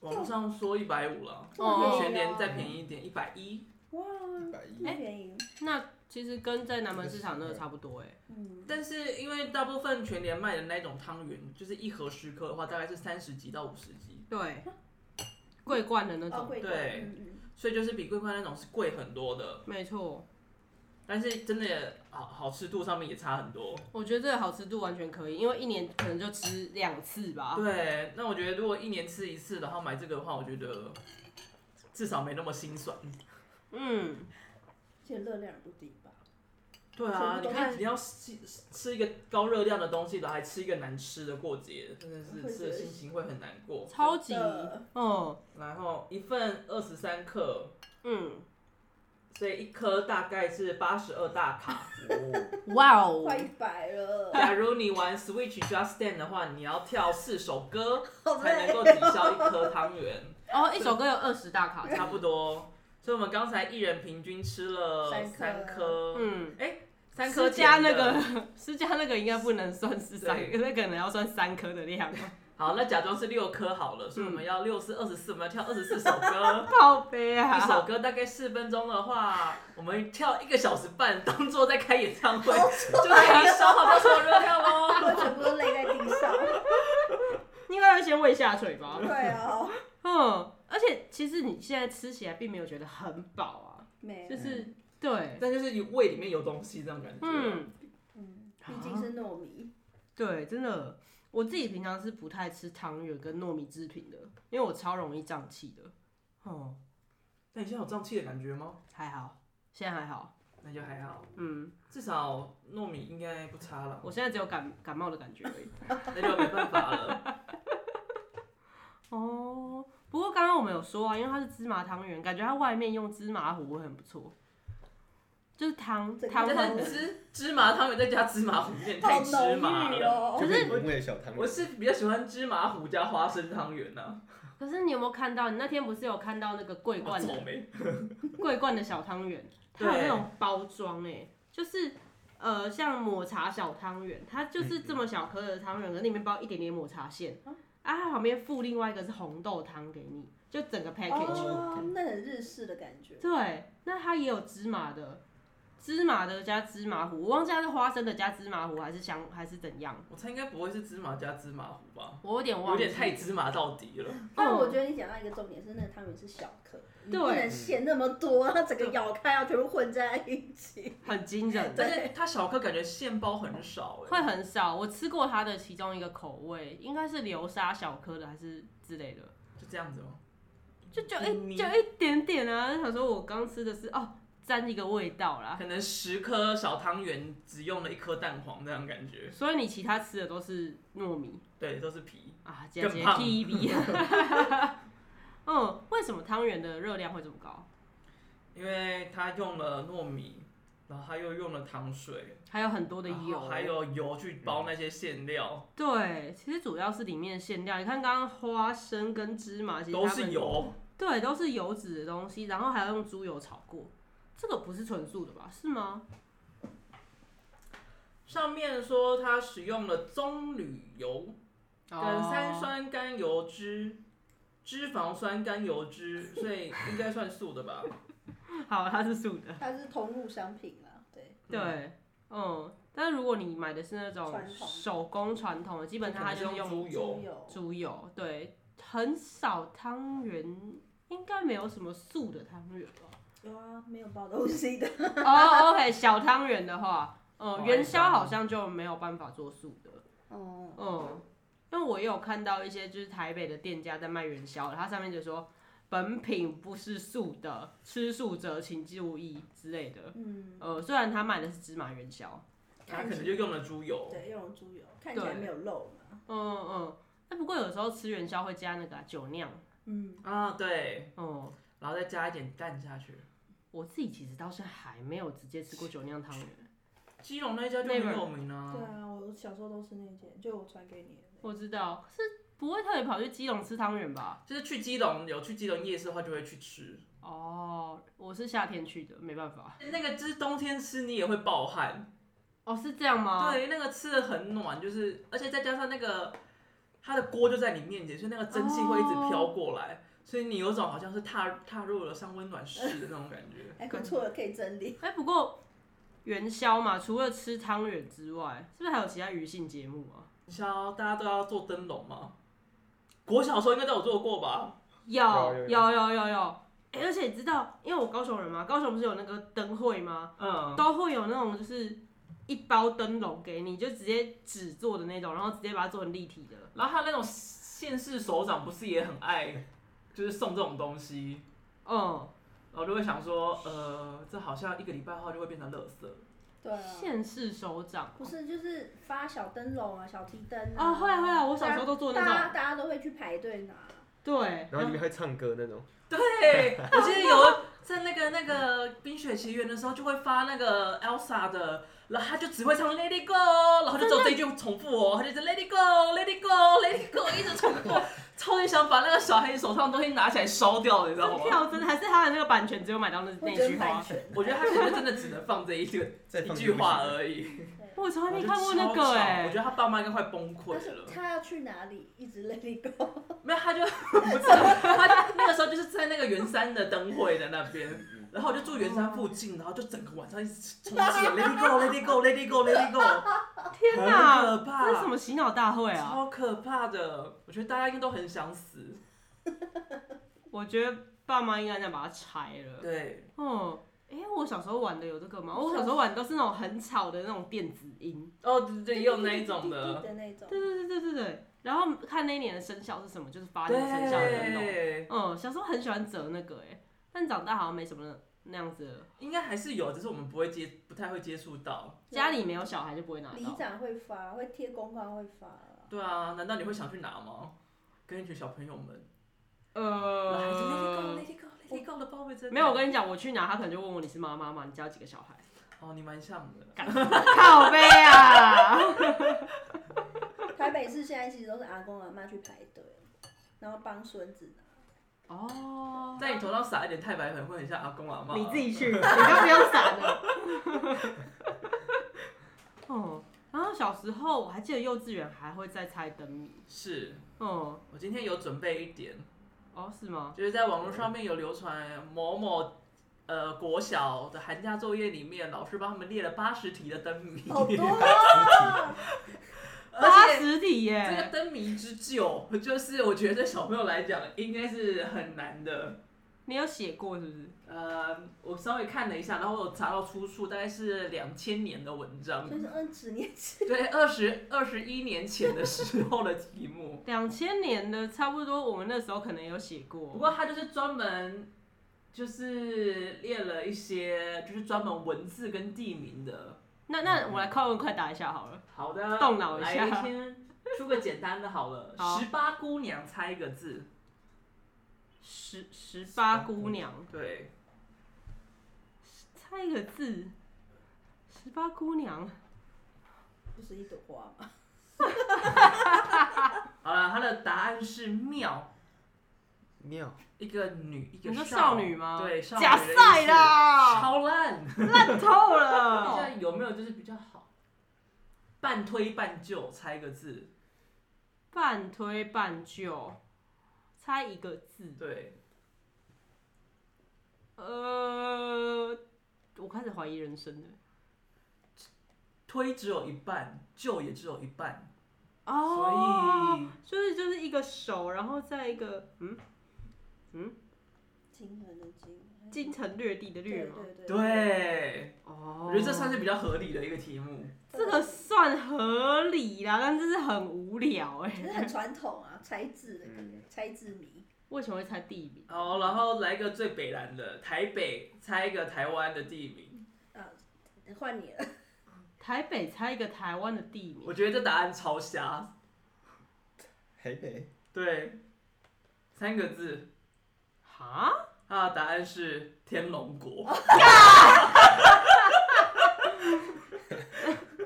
[SPEAKER 1] 网络上说一百五了，
[SPEAKER 3] 这么便宜啊
[SPEAKER 1] 哦全年再便宜一点，一百一。
[SPEAKER 2] 哇，
[SPEAKER 4] 一百一
[SPEAKER 2] 不
[SPEAKER 1] 哎
[SPEAKER 2] 便宜。哦
[SPEAKER 3] 那其实跟在南门市场那个差不多哎、
[SPEAKER 2] 嗯，
[SPEAKER 1] 但是因为大部分全年卖的那种汤圆，就是一盒十颗的话，大概是三十几到五十几，
[SPEAKER 3] 对，桂冠的那
[SPEAKER 2] 哦，
[SPEAKER 3] 种，
[SPEAKER 2] 贵
[SPEAKER 1] 对
[SPEAKER 2] 嗯
[SPEAKER 1] 所以就是比桂冠那种是贵很多的。
[SPEAKER 3] 没错，
[SPEAKER 1] 但是真的好好吃度上面也差很多。
[SPEAKER 3] 我觉得这个好吃度完全可以，因为一年可能就吃两次
[SPEAKER 2] 啊
[SPEAKER 3] 吧，
[SPEAKER 1] 对，那我觉得如果一年吃一次，然后买这个的话，我觉得至少没那么心酸。
[SPEAKER 3] 嗯。
[SPEAKER 2] 而且热量也不低吧？
[SPEAKER 1] 对啊，
[SPEAKER 2] 全部
[SPEAKER 1] 你
[SPEAKER 2] 都
[SPEAKER 1] 看你要吃吃一个高热量的东西，然后还吃一个难吃的过节，真的是
[SPEAKER 2] 会觉
[SPEAKER 1] 吃的
[SPEAKER 2] 得
[SPEAKER 1] 心情会很难过。
[SPEAKER 3] 超级
[SPEAKER 2] 真的，
[SPEAKER 3] 嗯
[SPEAKER 1] 然后一份二十三克，
[SPEAKER 3] 嗯，
[SPEAKER 1] 所以一颗大概是八十二大 卡。
[SPEAKER 4] 哦，
[SPEAKER 3] 哇
[SPEAKER 2] 快
[SPEAKER 3] 哦，
[SPEAKER 2] 一百了，
[SPEAKER 1] 假如你玩 Switch Just Dance 的话，你要跳四首歌
[SPEAKER 2] 好
[SPEAKER 1] 才
[SPEAKER 2] 累
[SPEAKER 1] 能够抵消一颗汤圆，
[SPEAKER 3] 哦，一首歌有二十大卡，
[SPEAKER 1] 差不多。所以我们刚才一人平均吃了
[SPEAKER 2] 三颗
[SPEAKER 1] 三颗，
[SPEAKER 3] 嗯，
[SPEAKER 1] 三颗
[SPEAKER 3] 私家
[SPEAKER 1] 甜的
[SPEAKER 3] 那个 私家那个应该不能算是三
[SPEAKER 1] 对
[SPEAKER 3] 颗，那可能要算三颗的量，。
[SPEAKER 1] 好，那假装是六颗好了，所以我们要六四二十四，我们要跳二十四首歌
[SPEAKER 3] 靠背
[SPEAKER 1] 一首
[SPEAKER 3] 啊，
[SPEAKER 1] 歌大概四分钟的话，我们跳一个小时半，当做在开演唱会，就可以消耗掉所有热量哦喽。
[SPEAKER 2] 我全部都累在地上。
[SPEAKER 3] 应该要先喂下水吧，
[SPEAKER 2] 对啊，
[SPEAKER 3] 嗯，而且其实你现在吃起来并没有觉得很饱啊，
[SPEAKER 2] 没
[SPEAKER 3] 就
[SPEAKER 2] 有，
[SPEAKER 3] 是对，
[SPEAKER 1] 但就是你胃里面有东西这种感觉。
[SPEAKER 3] 嗯，
[SPEAKER 2] 嗯，毕竟是糯米，
[SPEAKER 3] 对，真的。我自己平常是不太吃汤圆跟糯米制品的，因为我超容易胀气的。哦，
[SPEAKER 1] 那你现在有胀气的感觉吗？
[SPEAKER 3] 还好，现在还好。
[SPEAKER 1] 那就还好，
[SPEAKER 3] 嗯，
[SPEAKER 1] 至少糯米应该不差了，
[SPEAKER 3] 我现在只有感感冒的感觉而已。
[SPEAKER 1] 那就没办法了。
[SPEAKER 3] 哦，不过刚刚我们有说啊，因为它是芝麻汤圆，感觉它外面用芝麻糊会很不错，就是汤
[SPEAKER 2] 整个
[SPEAKER 3] 汤
[SPEAKER 2] 真
[SPEAKER 3] 很
[SPEAKER 2] 的
[SPEAKER 1] 但是 芝芝麻汤圆再加芝麻糊，有点太
[SPEAKER 2] 好
[SPEAKER 1] 芝麻
[SPEAKER 2] 浓郁
[SPEAKER 1] 了。
[SPEAKER 2] 哦。
[SPEAKER 4] 就变原味的小汤
[SPEAKER 1] 我
[SPEAKER 4] 圆。
[SPEAKER 1] 是比较喜欢芝麻糊加花生汤圆啊呐，
[SPEAKER 3] 可是你有没有看到？你那天不是有看到那个桂
[SPEAKER 1] 哇，
[SPEAKER 3] 冠
[SPEAKER 1] 草
[SPEAKER 3] 的
[SPEAKER 1] 莓，
[SPEAKER 3] 桂冠的小汤圆，它
[SPEAKER 1] 对
[SPEAKER 3] 有那种包装哎、就是呃像抹茶小汤圆，它就是这么小颗的汤圆，可是里面包一点点抹茶馅，
[SPEAKER 2] 啊
[SPEAKER 3] 啊，它旁边附另外一个是红豆汤给你，就整个 package。
[SPEAKER 2] 哦，那很日式的感觉。
[SPEAKER 3] 对，那它也有芝麻的，芝麻的加芝麻糊，我忘记它是花生的加芝麻糊还是香还是怎样，
[SPEAKER 1] 我猜应该不会是芝麻加芝麻糊吧，
[SPEAKER 3] 我有点忘
[SPEAKER 1] 有
[SPEAKER 3] 记。
[SPEAKER 1] 点太芝麻到底了。
[SPEAKER 2] 但我觉得你讲到一个重点是，那个汤圆是小颗，你不
[SPEAKER 3] 对
[SPEAKER 2] 能馅那么多，它整个咬开要全部混在一起。
[SPEAKER 3] 很惊人，
[SPEAKER 1] 但嗯是它小颗感觉馅包很少哎、
[SPEAKER 3] 会很少。我吃过它的其中一个口味，应该是流沙小颗的还是之类的，
[SPEAKER 1] 就这样子吗？
[SPEAKER 3] 就就
[SPEAKER 1] 咪
[SPEAKER 3] 一就一点点啊。想说我刚吃的是哦，沾一个味道啦。
[SPEAKER 1] 可能十颗小汤圆只用了一颗蛋黄那样感觉，
[SPEAKER 3] 所以你其他吃的都是糯米
[SPEAKER 1] 对，都是皮。
[SPEAKER 3] 啊，姐
[SPEAKER 1] 更
[SPEAKER 3] 姐
[SPEAKER 1] 胖
[SPEAKER 3] T B。嗯，为什么汤圆的热量会这么高？
[SPEAKER 1] 因为它用了糯米，然后它又用了糖水，
[SPEAKER 3] 还有很多的
[SPEAKER 1] 然后
[SPEAKER 3] 油，
[SPEAKER 1] 啊还有油去包那些馅料，
[SPEAKER 3] 对，其实主要是里面馅料。你看刚刚花生跟芝麻，其实
[SPEAKER 1] 都
[SPEAKER 3] 它们
[SPEAKER 1] 是，油。
[SPEAKER 3] 对，都是油脂的东西，然后还要用猪油炒过。这个不是纯素的吧？是吗？
[SPEAKER 1] 上面说它使用了棕榈油
[SPEAKER 3] 哦
[SPEAKER 1] 跟三酸甘油脂、脂肪酸甘油脂，所以应该算素的吧？
[SPEAKER 3] 哦好，它是素的。
[SPEAKER 2] 它是同路商品啦，对，
[SPEAKER 3] 对，嗯，但是如果你买的是那种
[SPEAKER 2] 传统
[SPEAKER 3] 手工传统的，基本上它就是
[SPEAKER 1] 用猪
[SPEAKER 3] 用
[SPEAKER 1] 油。
[SPEAKER 2] 有
[SPEAKER 3] 猪油，对，很少汤圆。应该没有什么素的汤圆吧？
[SPEAKER 2] 有啊，没有包东西的。
[SPEAKER 3] 哦、o k 小汤圆的话，
[SPEAKER 1] 哦
[SPEAKER 3] 嗯，元宵好像就没有办法做素的。
[SPEAKER 2] 哦，
[SPEAKER 3] 嗯，因为我也有看到一些就是台北的店家在卖元宵，它上面就说本品不是素的，吃素者请注意之类的。
[SPEAKER 2] 嗯，
[SPEAKER 3] 呃，虽然他卖的是芝麻元宵，
[SPEAKER 1] 它可能就用了猪油，
[SPEAKER 2] 对，用了猪油，看起来
[SPEAKER 3] 对
[SPEAKER 2] 没有肉嘛。
[SPEAKER 3] 嗯嗯，那不过有时候吃元宵会加那个啊、酒酿，
[SPEAKER 2] 嗯，
[SPEAKER 1] 啊，对，
[SPEAKER 3] 嗯，
[SPEAKER 1] 然后再加一点蛋下去。
[SPEAKER 3] 我自己其实到现在还没有直接吃过酒酿汤圆，
[SPEAKER 1] 基隆那一家就很有名
[SPEAKER 2] 对
[SPEAKER 1] 啊，
[SPEAKER 2] 啊，我小时候都吃那间，就我传给你的那
[SPEAKER 3] 我知道，可是不会特别跑去基隆吃汤圆吧？
[SPEAKER 1] 就是去基隆有去基隆夜市的话就会去吃，
[SPEAKER 3] 哦，我是夏天去的，没办法。
[SPEAKER 1] 那个就是冬天吃你也会爆汗，
[SPEAKER 3] 哦，是这样吗？
[SPEAKER 1] 对，那个吃的很暖，就是而且再加上那个它的锅就在你面前，所以那个蒸汽会一直飘过来，所以你有种好像是踏踏入了上温暖室的那种感觉。
[SPEAKER 2] 个，哎，不错，可以整理。
[SPEAKER 3] 哎、不过元宵嘛，除了吃汤圆之外，是不是还有其他娱性节目啊？
[SPEAKER 1] 宵大家都要做灯笼吗？国小的时候应该都有做过吧？
[SPEAKER 3] 有
[SPEAKER 4] 有有
[SPEAKER 3] 有有有有、哎而且你知道，因为我高雄人嘛，高雄不是有那个灯会吗？
[SPEAKER 1] 嗯，
[SPEAKER 3] 都会有那种就是一包灯笼给你，就直接纸做的那种，然后直接把它做成立体的。
[SPEAKER 1] 然后还有那种县市首长不是也很爱，就是送这种东西。
[SPEAKER 3] 嗯，
[SPEAKER 1] 然后就会想说，呃，这好像一个礼拜后就会变成垃圾。
[SPEAKER 2] 对啊，
[SPEAKER 3] 县市首长
[SPEAKER 2] 不是就是发小灯笼啊，小提灯啊。
[SPEAKER 3] 哦，会啊会啊，我小时候都做
[SPEAKER 2] 大
[SPEAKER 3] 那
[SPEAKER 2] 家
[SPEAKER 3] 种，
[SPEAKER 2] 大家都会去排队拿。
[SPEAKER 3] 对，
[SPEAKER 4] 然后里面还唱歌那种，
[SPEAKER 1] 对，我记得有在那个那个《冰雪奇缘》的时候，就会发那个 Elsa 的，然后他就只会唱 Let It Go，然后就只有这一句重复哦，他就是 Let It Go，Let It Go，Let It Go，一直重复，超级想把那个小黑手上的东西拿起来烧掉，你知道
[SPEAKER 3] 这
[SPEAKER 1] 吗？
[SPEAKER 3] 票真的还是他的那个版权只有买到那
[SPEAKER 2] 我
[SPEAKER 3] 那
[SPEAKER 2] 觉
[SPEAKER 3] 句
[SPEAKER 2] 得版
[SPEAKER 3] 话。
[SPEAKER 2] 权。
[SPEAKER 1] 我觉得他可能真的只能放这一 句
[SPEAKER 4] 再
[SPEAKER 1] 一
[SPEAKER 4] 放
[SPEAKER 1] 句话而已。
[SPEAKER 3] 我从来没
[SPEAKER 1] 就
[SPEAKER 3] 看过那
[SPEAKER 1] 超
[SPEAKER 3] 个
[SPEAKER 1] 吵
[SPEAKER 3] 哎、
[SPEAKER 1] 我觉得他爸妈应该快崩溃
[SPEAKER 2] 但是
[SPEAKER 1] 了。
[SPEAKER 2] 他要去哪里，一直 let it go。
[SPEAKER 1] 没有，他就 不知道，他就那个时候就是在那个圆山的灯会的那边，然后我就住圆山附近，然后就整个晚上一直充气，Let it go，Let it go，Let it go，Let it go，
[SPEAKER 3] 天
[SPEAKER 1] 很
[SPEAKER 3] 哪，
[SPEAKER 1] 可怕
[SPEAKER 3] 这是什么洗脑大会啊？
[SPEAKER 1] 超可怕的。我觉得大家应该都很想死。
[SPEAKER 3] 我觉得爸妈应该想把它拆了。
[SPEAKER 1] 对，
[SPEAKER 3] 嗯，哎、我小时候玩的有这个吗？我小时候玩的都是那种很吵的那种电子音。
[SPEAKER 1] 哦，对对，也有那一种的，
[SPEAKER 2] 的那种。
[SPEAKER 3] 对对对对对对。然后看那一年的生肖是什么，就是发那个生肖的灯笼。
[SPEAKER 1] 对，
[SPEAKER 3] 嗯，小时候很喜欢折那个哎、但长大好像没什么那样子了，
[SPEAKER 1] 应该还是有，只是我们不会接，不太会接触到。
[SPEAKER 3] 家里没有小孩就不会拿
[SPEAKER 2] 里
[SPEAKER 3] 到。
[SPEAKER 2] 长会发，会贴公告会发。
[SPEAKER 1] 啊对啊，难道你会想去拿吗？跟一群小朋友们，来，Let
[SPEAKER 3] 呃
[SPEAKER 1] it go，Let it go，Let it go 的包围真的
[SPEAKER 3] 没有，我跟你讲，我去拿他可能就问我你是妈妈吗？你家有几个小孩？
[SPEAKER 1] 哦，你蛮像的。
[SPEAKER 3] 靠背啊！
[SPEAKER 2] 台北市现在其实都是阿公阿妈去排队，然后帮孙子拿。
[SPEAKER 3] 哦，
[SPEAKER 1] 在你头上撒一点太白粉，会很像阿公阿妈。
[SPEAKER 3] 你自己 去，你就不用闪了。 哦，然后小时候我还记得幼稚园还会再猜灯谜。
[SPEAKER 1] 是
[SPEAKER 3] 嗯，
[SPEAKER 1] 我今天有准备一点，
[SPEAKER 3] 哦，是吗？
[SPEAKER 1] 就是在网络上面有流传某某呃国小的寒假作业里面，老师帮他们列了八十题的灯谜，
[SPEAKER 2] 好多啊！
[SPEAKER 3] 哦八
[SPEAKER 1] 而且
[SPEAKER 3] 十题
[SPEAKER 1] 这个
[SPEAKER 3] 耶！
[SPEAKER 1] 灯谜之旧，就是我觉得对小朋友来讲应该是很难的。
[SPEAKER 3] 你有写过是不是？
[SPEAKER 1] 呃，我稍微看了一下，然后我有查到出处，大概是两千年的文 章
[SPEAKER 2] 就，是二十年前，
[SPEAKER 1] 对，二十二十一年前的时候的题目。
[SPEAKER 3] 两千年的，差不多我们那时候可能有写
[SPEAKER 1] 不
[SPEAKER 3] 过。
[SPEAKER 1] 过他就是专门就是列了一些就是专门文字跟地名的。
[SPEAKER 3] 那那我来快问快答一下好了。
[SPEAKER 1] 好的，
[SPEAKER 3] 动脑一下
[SPEAKER 1] 来先出个简单的好了。
[SPEAKER 3] 好
[SPEAKER 1] 十八姑娘猜一个字，
[SPEAKER 3] 十十八姑娘，
[SPEAKER 1] 对，
[SPEAKER 3] 猜一个字。十八姑娘，
[SPEAKER 2] 不是一朵花吗？
[SPEAKER 1] 好了，他的答案是妙，
[SPEAKER 4] 妙，
[SPEAKER 1] 一个女，一个
[SPEAKER 3] 你说
[SPEAKER 1] 少
[SPEAKER 3] 少女吗
[SPEAKER 1] 对，少女
[SPEAKER 3] 假
[SPEAKER 1] 的意
[SPEAKER 3] 赛
[SPEAKER 1] 思，
[SPEAKER 3] 啦，哦
[SPEAKER 1] 超烂。
[SPEAKER 3] 烂透
[SPEAKER 1] 现
[SPEAKER 3] 了。
[SPEAKER 1] 在有没有就是比较好？半推半就，猜一个字，
[SPEAKER 3] 半推半就，猜一个字。
[SPEAKER 1] 对，
[SPEAKER 3] 呃，我开始怀疑人生了。
[SPEAKER 1] 推只有一半，就也只有一半，所
[SPEAKER 3] 哦，
[SPEAKER 1] 以
[SPEAKER 3] 所以就是就是一个手，然后再一个嗯嗯，
[SPEAKER 2] 金门的金，
[SPEAKER 3] 京城略地的略
[SPEAKER 2] 对
[SPEAKER 3] 嘛。
[SPEAKER 2] 对对，
[SPEAKER 1] 对。
[SPEAKER 3] 哦，
[SPEAKER 1] 我觉得这算是比较合理的一个题目。
[SPEAKER 3] 这个算合理啦，但这是很无聊哎、
[SPEAKER 2] 可是很传统啊，猜字的感觉，猜啊字谜。
[SPEAKER 3] 为什么会猜地名？
[SPEAKER 1] 好，哦然后来一个最北南的，台北猜一个台湾的地名，
[SPEAKER 2] 换你了，
[SPEAKER 3] 台北猜一个台湾的地
[SPEAKER 1] 我
[SPEAKER 3] 名，
[SPEAKER 1] 觉得这答案超瞎。
[SPEAKER 4] 台北，
[SPEAKER 1] 对，三个字，
[SPEAKER 3] 哈？
[SPEAKER 1] 它的答案是天龙国。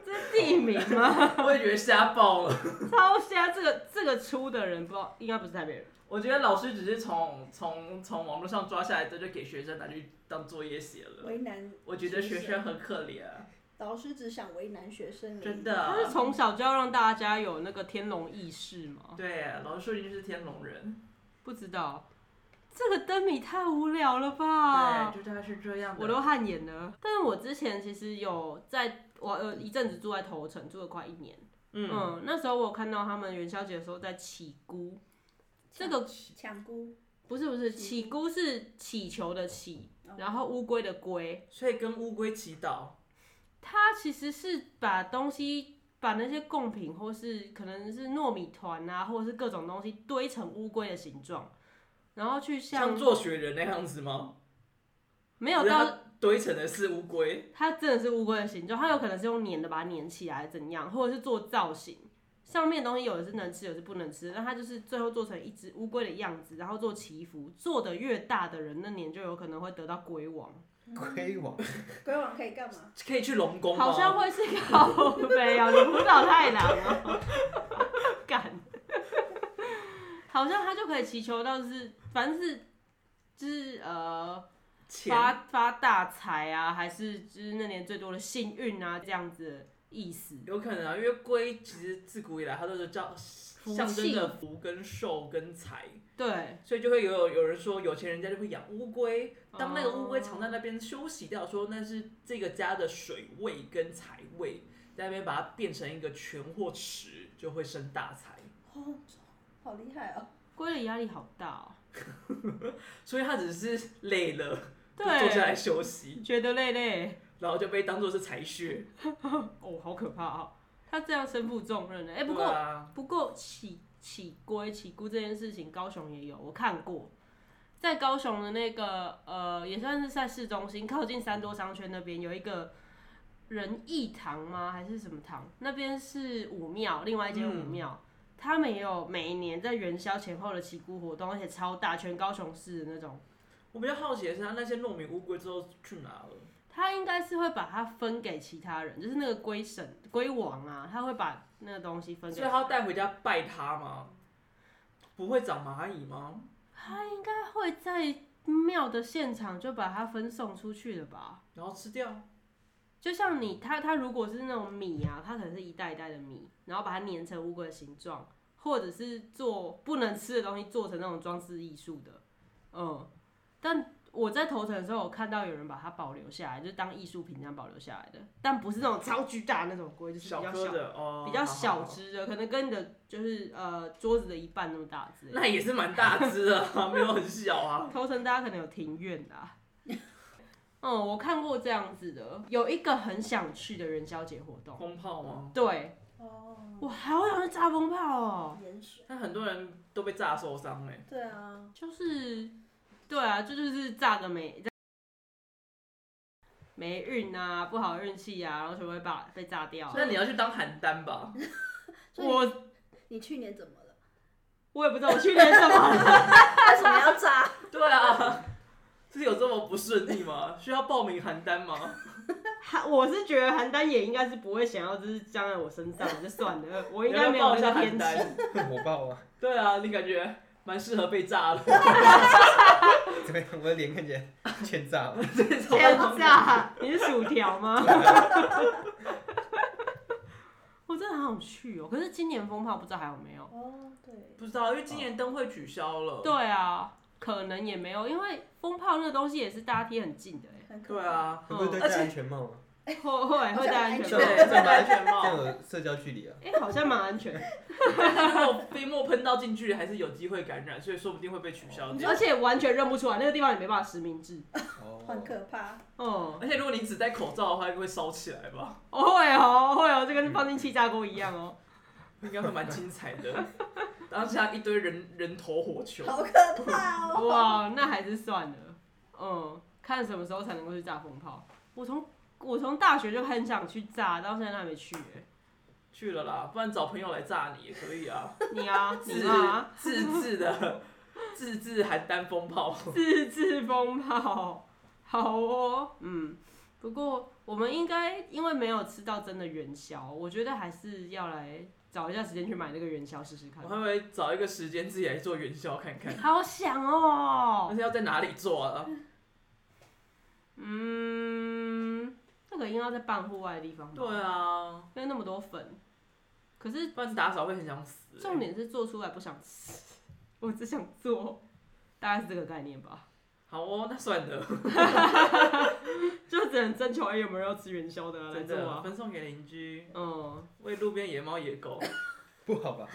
[SPEAKER 3] 这是地名 吗？
[SPEAKER 1] 我也觉得瞎爆了。
[SPEAKER 3] 超瞎！这个这个出的人不知道，应该不是台北人。
[SPEAKER 1] 我觉得老师只是从从从网络上抓下来的，就给学生拿去当作业写了。
[SPEAKER 2] 为难。
[SPEAKER 1] 我觉得学生很可怜，
[SPEAKER 2] 老师只想为难学生而已，
[SPEAKER 1] 真
[SPEAKER 3] 他是
[SPEAKER 1] 的。
[SPEAKER 3] 从小就要让大家有那个天龙意识吗？
[SPEAKER 1] 对，老师说一定是天龙人。
[SPEAKER 3] 不知道，这个灯谜太无聊了吧
[SPEAKER 1] 对，？就大概是这样的。
[SPEAKER 3] 我都汗颜了。但是我之前其实有在，我呃一阵子住在头城，住了快一年。嗯
[SPEAKER 1] 嗯，
[SPEAKER 3] 那时候我有看到他们元宵节的时候在起菇，这个
[SPEAKER 2] 抢姑
[SPEAKER 3] 不是不是
[SPEAKER 2] 起
[SPEAKER 3] 起菇是乞求的乞
[SPEAKER 2] 哦，
[SPEAKER 3] 然后乌龟的龟，
[SPEAKER 1] 所以跟乌龟祈祷。
[SPEAKER 3] 它其实是把东西。把那些贡品，或是可能是糯米团啊，或者是各种东西堆成乌龟的形状，然后去
[SPEAKER 1] 像
[SPEAKER 3] 像
[SPEAKER 1] 做雪人那样子吗？
[SPEAKER 3] 没有
[SPEAKER 1] 只是
[SPEAKER 3] 到
[SPEAKER 1] 它堆成的是乌龟，
[SPEAKER 3] 它真的是乌龟的形状，它有可能是用粘的把它粘起来，怎样，或者是做造型。上面的东西有的是能吃，有的是不能吃，但它就是最后做成一只乌龟的样子，然后做祈福。做的越大的人，那年就有可能会得到龟王，
[SPEAKER 4] 龟王，
[SPEAKER 2] 龟王可以干嘛？
[SPEAKER 1] 可以去龙宫吗？
[SPEAKER 3] 好像会是靠背哦，你辅导太难了，干，好像他就可以祈求到是，反正是就是呃
[SPEAKER 1] 钱
[SPEAKER 3] 发发大财啊，还是就是那年最多的幸运啊，这样子的意思。
[SPEAKER 1] 有可能啊，因为龟其实自古以来它都是叫
[SPEAKER 3] 气
[SPEAKER 1] 象征着福跟寿跟财，
[SPEAKER 3] 对，
[SPEAKER 1] 所以就会有有人说有钱人家就会养乌龟，当那个乌龟
[SPEAKER 3] 哦
[SPEAKER 1] 藏在那边休息掉的时候，说那是这个家的水位跟财位，在那边把它变成一个权或池，就会生大财。
[SPEAKER 2] 哦，好厉害哦！
[SPEAKER 3] 龟的压力好大哦。
[SPEAKER 1] 所以它只是累了，就坐下来
[SPEAKER 3] 对，
[SPEAKER 1] 休息，
[SPEAKER 3] 觉得累累，
[SPEAKER 1] 然后就被当做是财穴。
[SPEAKER 3] 哦，好可怕哦。他这样身负重任呢、哎、不
[SPEAKER 1] 对
[SPEAKER 3] 过、
[SPEAKER 1] 啊
[SPEAKER 3] 不过起起龟起菇这件事情，高雄也有，我看过。在高雄的那个呃，也算是在市中心，靠近三多商圈那边有一个仁义堂吗？还是什么堂？那边是武庙，另外一间武庙。他们也有每一年在元宵前后的起菇活动，而且超大，全高雄市的那种。
[SPEAKER 1] 我比较好奇的是，他那些糯米乌龟之后去哪了？
[SPEAKER 3] 他应该是会把它分给其他人，就是那个龟神、龟王啊，他会把那个东西分给
[SPEAKER 1] 所以。他要带回家拜他吗？不会长蚂蚁吗？
[SPEAKER 3] 他应该会在庙的现场就把它分送出去的吧？
[SPEAKER 1] 然后吃掉？
[SPEAKER 3] 就像你，他他如果是那种米啊，它可能是一袋一袋的米，然后把它碾成乌龟的形状，或者是做不能吃的东西做成那种装饰艺术的，嗯。但我在头城的时候，我看到有人把它保留下来，就当艺术品这样保留下来的，但不是那种超巨大的那种龟，就是比
[SPEAKER 1] 小
[SPEAKER 3] 较
[SPEAKER 1] 颗
[SPEAKER 3] 小、
[SPEAKER 1] 的哦，
[SPEAKER 3] 比较
[SPEAKER 1] 好
[SPEAKER 3] 小
[SPEAKER 1] 好好
[SPEAKER 3] 只的，可能跟你的就是呃桌子的一半那么大之类的。
[SPEAKER 1] 那也是蛮大只的、啊，没有很小啊。
[SPEAKER 3] 头城大家可能有庭院的啊、 嗯，我看过这样子的，有一个很想去的元宵节活动，
[SPEAKER 1] 风炮吗？
[SPEAKER 3] 对
[SPEAKER 2] 哦，
[SPEAKER 3] 我好想去炸风炮哦，
[SPEAKER 2] 盐水，
[SPEAKER 1] 但很多人都被炸受伤哎、
[SPEAKER 2] 对啊，
[SPEAKER 3] 就是，对啊，这就是炸个霉，霉运啊，不好运气啊，然后全部会把被炸掉啊。
[SPEAKER 1] 那你要去当邯郸 吧？
[SPEAKER 2] 所以
[SPEAKER 3] 我
[SPEAKER 2] 你去年怎么了？
[SPEAKER 3] 我也不知道我去年怎么 了，
[SPEAKER 2] 为什么要 炸？
[SPEAKER 1] 对啊， 是有这么不顺利吗？需要报名邯郸吗？
[SPEAKER 3] 邯我是觉得邯郸也应该是不会想要，就是降在我身上就算了，我应
[SPEAKER 1] 你要
[SPEAKER 3] 该
[SPEAKER 1] 不
[SPEAKER 3] 没
[SPEAKER 1] 要
[SPEAKER 3] 有
[SPEAKER 1] 报一
[SPEAKER 3] 那
[SPEAKER 1] 下
[SPEAKER 3] 个天
[SPEAKER 1] 邯
[SPEAKER 3] 气。
[SPEAKER 1] 郸。
[SPEAKER 4] 火爆啊！
[SPEAKER 1] 对啊，你感觉蛮适合被炸的。
[SPEAKER 4] 怎么样？我的脸看起来欠炸了。
[SPEAKER 1] 这种
[SPEAKER 3] 天炸！ 你是薯条吗？我真的好想去哦，可是今年风炮不知道还有没有？
[SPEAKER 2] 哦，对，
[SPEAKER 1] 不知道，因为今年灯会取消了。
[SPEAKER 3] 对啊，可能也没有，因为风炮那个东西也是大家贴很近的
[SPEAKER 2] 很可
[SPEAKER 1] 对
[SPEAKER 2] 怕，
[SPEAKER 1] 啊，
[SPEAKER 4] 会不会
[SPEAKER 3] 嗯
[SPEAKER 4] 戴
[SPEAKER 1] 而且
[SPEAKER 4] 戴安全帽啊？
[SPEAKER 3] 哎，会会会戴安
[SPEAKER 2] 好
[SPEAKER 1] 对，
[SPEAKER 3] 全
[SPEAKER 2] 像
[SPEAKER 3] 帽，
[SPEAKER 1] 这个安全
[SPEAKER 4] 这样
[SPEAKER 1] 帽，
[SPEAKER 4] 有社交距离啊。
[SPEAKER 3] 哎、好像蛮安全的，
[SPEAKER 1] 然后飞沫喷到进去还是有机会感染，所以哦说不定会被取消掉
[SPEAKER 3] 而。且完全认不出来，那个地方也没办法实名制。
[SPEAKER 2] 很
[SPEAKER 4] 哦，
[SPEAKER 2] 可怕。
[SPEAKER 3] 哦、
[SPEAKER 1] 而且如果你只戴口罩的话，会烧起来吧？
[SPEAKER 3] 哦会哦会哦，就跟放进气炸锅一样哦。
[SPEAKER 1] 应该会蛮精彩的。当下一堆人人头火球，
[SPEAKER 2] 好可怕哦！
[SPEAKER 3] 哇，那还是算了，嗯，看什么时候才能够去炸风炮。我从我从大学就很想去炸，到现在都还没去、欸。
[SPEAKER 1] 去了啦，不然找朋友来炸 你也可以啊。
[SPEAKER 3] 你啊，
[SPEAKER 1] 自
[SPEAKER 3] 你啊，
[SPEAKER 1] 自制的 自制邯郸风炮，
[SPEAKER 3] 自制风炮，好哦，嗯。不过我们应该因为没有吃到真的元宵，我觉得还是要来找一下时间去买那个元宵试试看
[SPEAKER 1] 我。会不会找一个时间自己来做元宵看看？
[SPEAKER 3] 好想哦
[SPEAKER 1] 但，是要在哪里做啊？
[SPEAKER 3] 嗯，那个应该要在半户外的地方吧，
[SPEAKER 1] 对啊，
[SPEAKER 3] 因为那么多粉。可是
[SPEAKER 1] 不然打扫会很想死、欸。
[SPEAKER 3] 重点是做出来不想吃，我只想做，大概是这个概念吧。
[SPEAKER 1] 好哦，那算了，
[SPEAKER 3] 就只能征求哎有没有要吃元宵的啊来
[SPEAKER 1] 真
[SPEAKER 3] 做
[SPEAKER 1] 的
[SPEAKER 3] 啊。
[SPEAKER 1] 分送给邻居，
[SPEAKER 3] 嗯，
[SPEAKER 1] 喂路边野猫野狗，
[SPEAKER 4] 不好吧？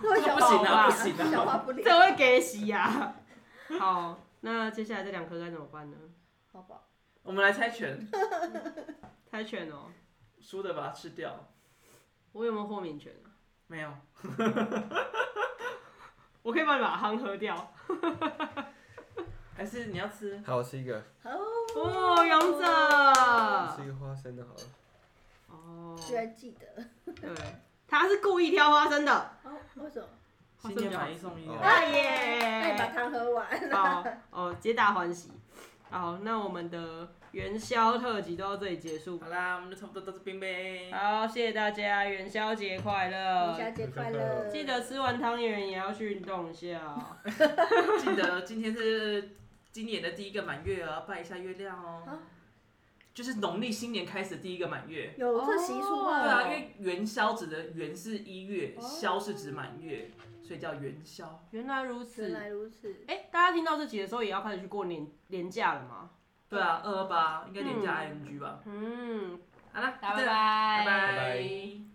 [SPEAKER 2] 不
[SPEAKER 1] 不行啊，不行
[SPEAKER 2] 消
[SPEAKER 1] 啊，
[SPEAKER 2] 化不
[SPEAKER 3] 这
[SPEAKER 2] 良，
[SPEAKER 3] 会给洗啊呀、 好，那接下来这两颗该怎么办呢？
[SPEAKER 2] 好不好？
[SPEAKER 1] 我们来猜拳，
[SPEAKER 3] 猜拳哦，
[SPEAKER 1] 输的把它吃掉。
[SPEAKER 3] 我有没有豁免权啊？
[SPEAKER 1] 没有，
[SPEAKER 3] 我可以帮你把汤喝掉。
[SPEAKER 1] 还是你要吃？
[SPEAKER 4] 好，我吃一个，
[SPEAKER 3] 哦，勇
[SPEAKER 4] 吃
[SPEAKER 3] 者。
[SPEAKER 4] 一个花生的好了。
[SPEAKER 3] 哦，
[SPEAKER 2] 居然记得
[SPEAKER 3] 对，他是故意挑花生的。
[SPEAKER 2] 哦？为什么？
[SPEAKER 1] 新年买一送一啊！
[SPEAKER 3] 哎
[SPEAKER 2] 那你把
[SPEAKER 3] 耶！
[SPEAKER 2] 汤喝完。
[SPEAKER 3] 好，哦，皆大欢喜。好，那我们的元宵特辑都到这里结束
[SPEAKER 1] 好。啦，我们就差不多到这边呗。
[SPEAKER 3] 好，谢谢大家，元宵节快
[SPEAKER 2] 元
[SPEAKER 1] 呃
[SPEAKER 3] 乐！
[SPEAKER 2] 宵节快乐！
[SPEAKER 3] 记得吃完汤圆也要去运动一下哦。
[SPEAKER 1] 记得今天是今年的第一个满月啊，拜一下月亮哦
[SPEAKER 2] 啊。
[SPEAKER 1] 就是农历新年开始第一个满月。
[SPEAKER 2] 有这习俗
[SPEAKER 1] 对
[SPEAKER 3] 哦
[SPEAKER 2] 吗？
[SPEAKER 1] 啊，因为元宵指的元是一月，
[SPEAKER 2] 哦
[SPEAKER 1] 宵是指满月，所以叫元宵。
[SPEAKER 3] 原来如
[SPEAKER 2] 原
[SPEAKER 3] 此。
[SPEAKER 2] 来如此。
[SPEAKER 3] 哎、大家听到这集的时候，也要开始去过年年假了吗？
[SPEAKER 1] 对啊，二二八应该连加
[SPEAKER 3] 嗯
[SPEAKER 1] ing 吧。
[SPEAKER 3] 嗯，
[SPEAKER 1] 好啦，
[SPEAKER 3] 大家
[SPEAKER 1] 就这样
[SPEAKER 3] 拜
[SPEAKER 1] 拜
[SPEAKER 4] 拜
[SPEAKER 1] 拜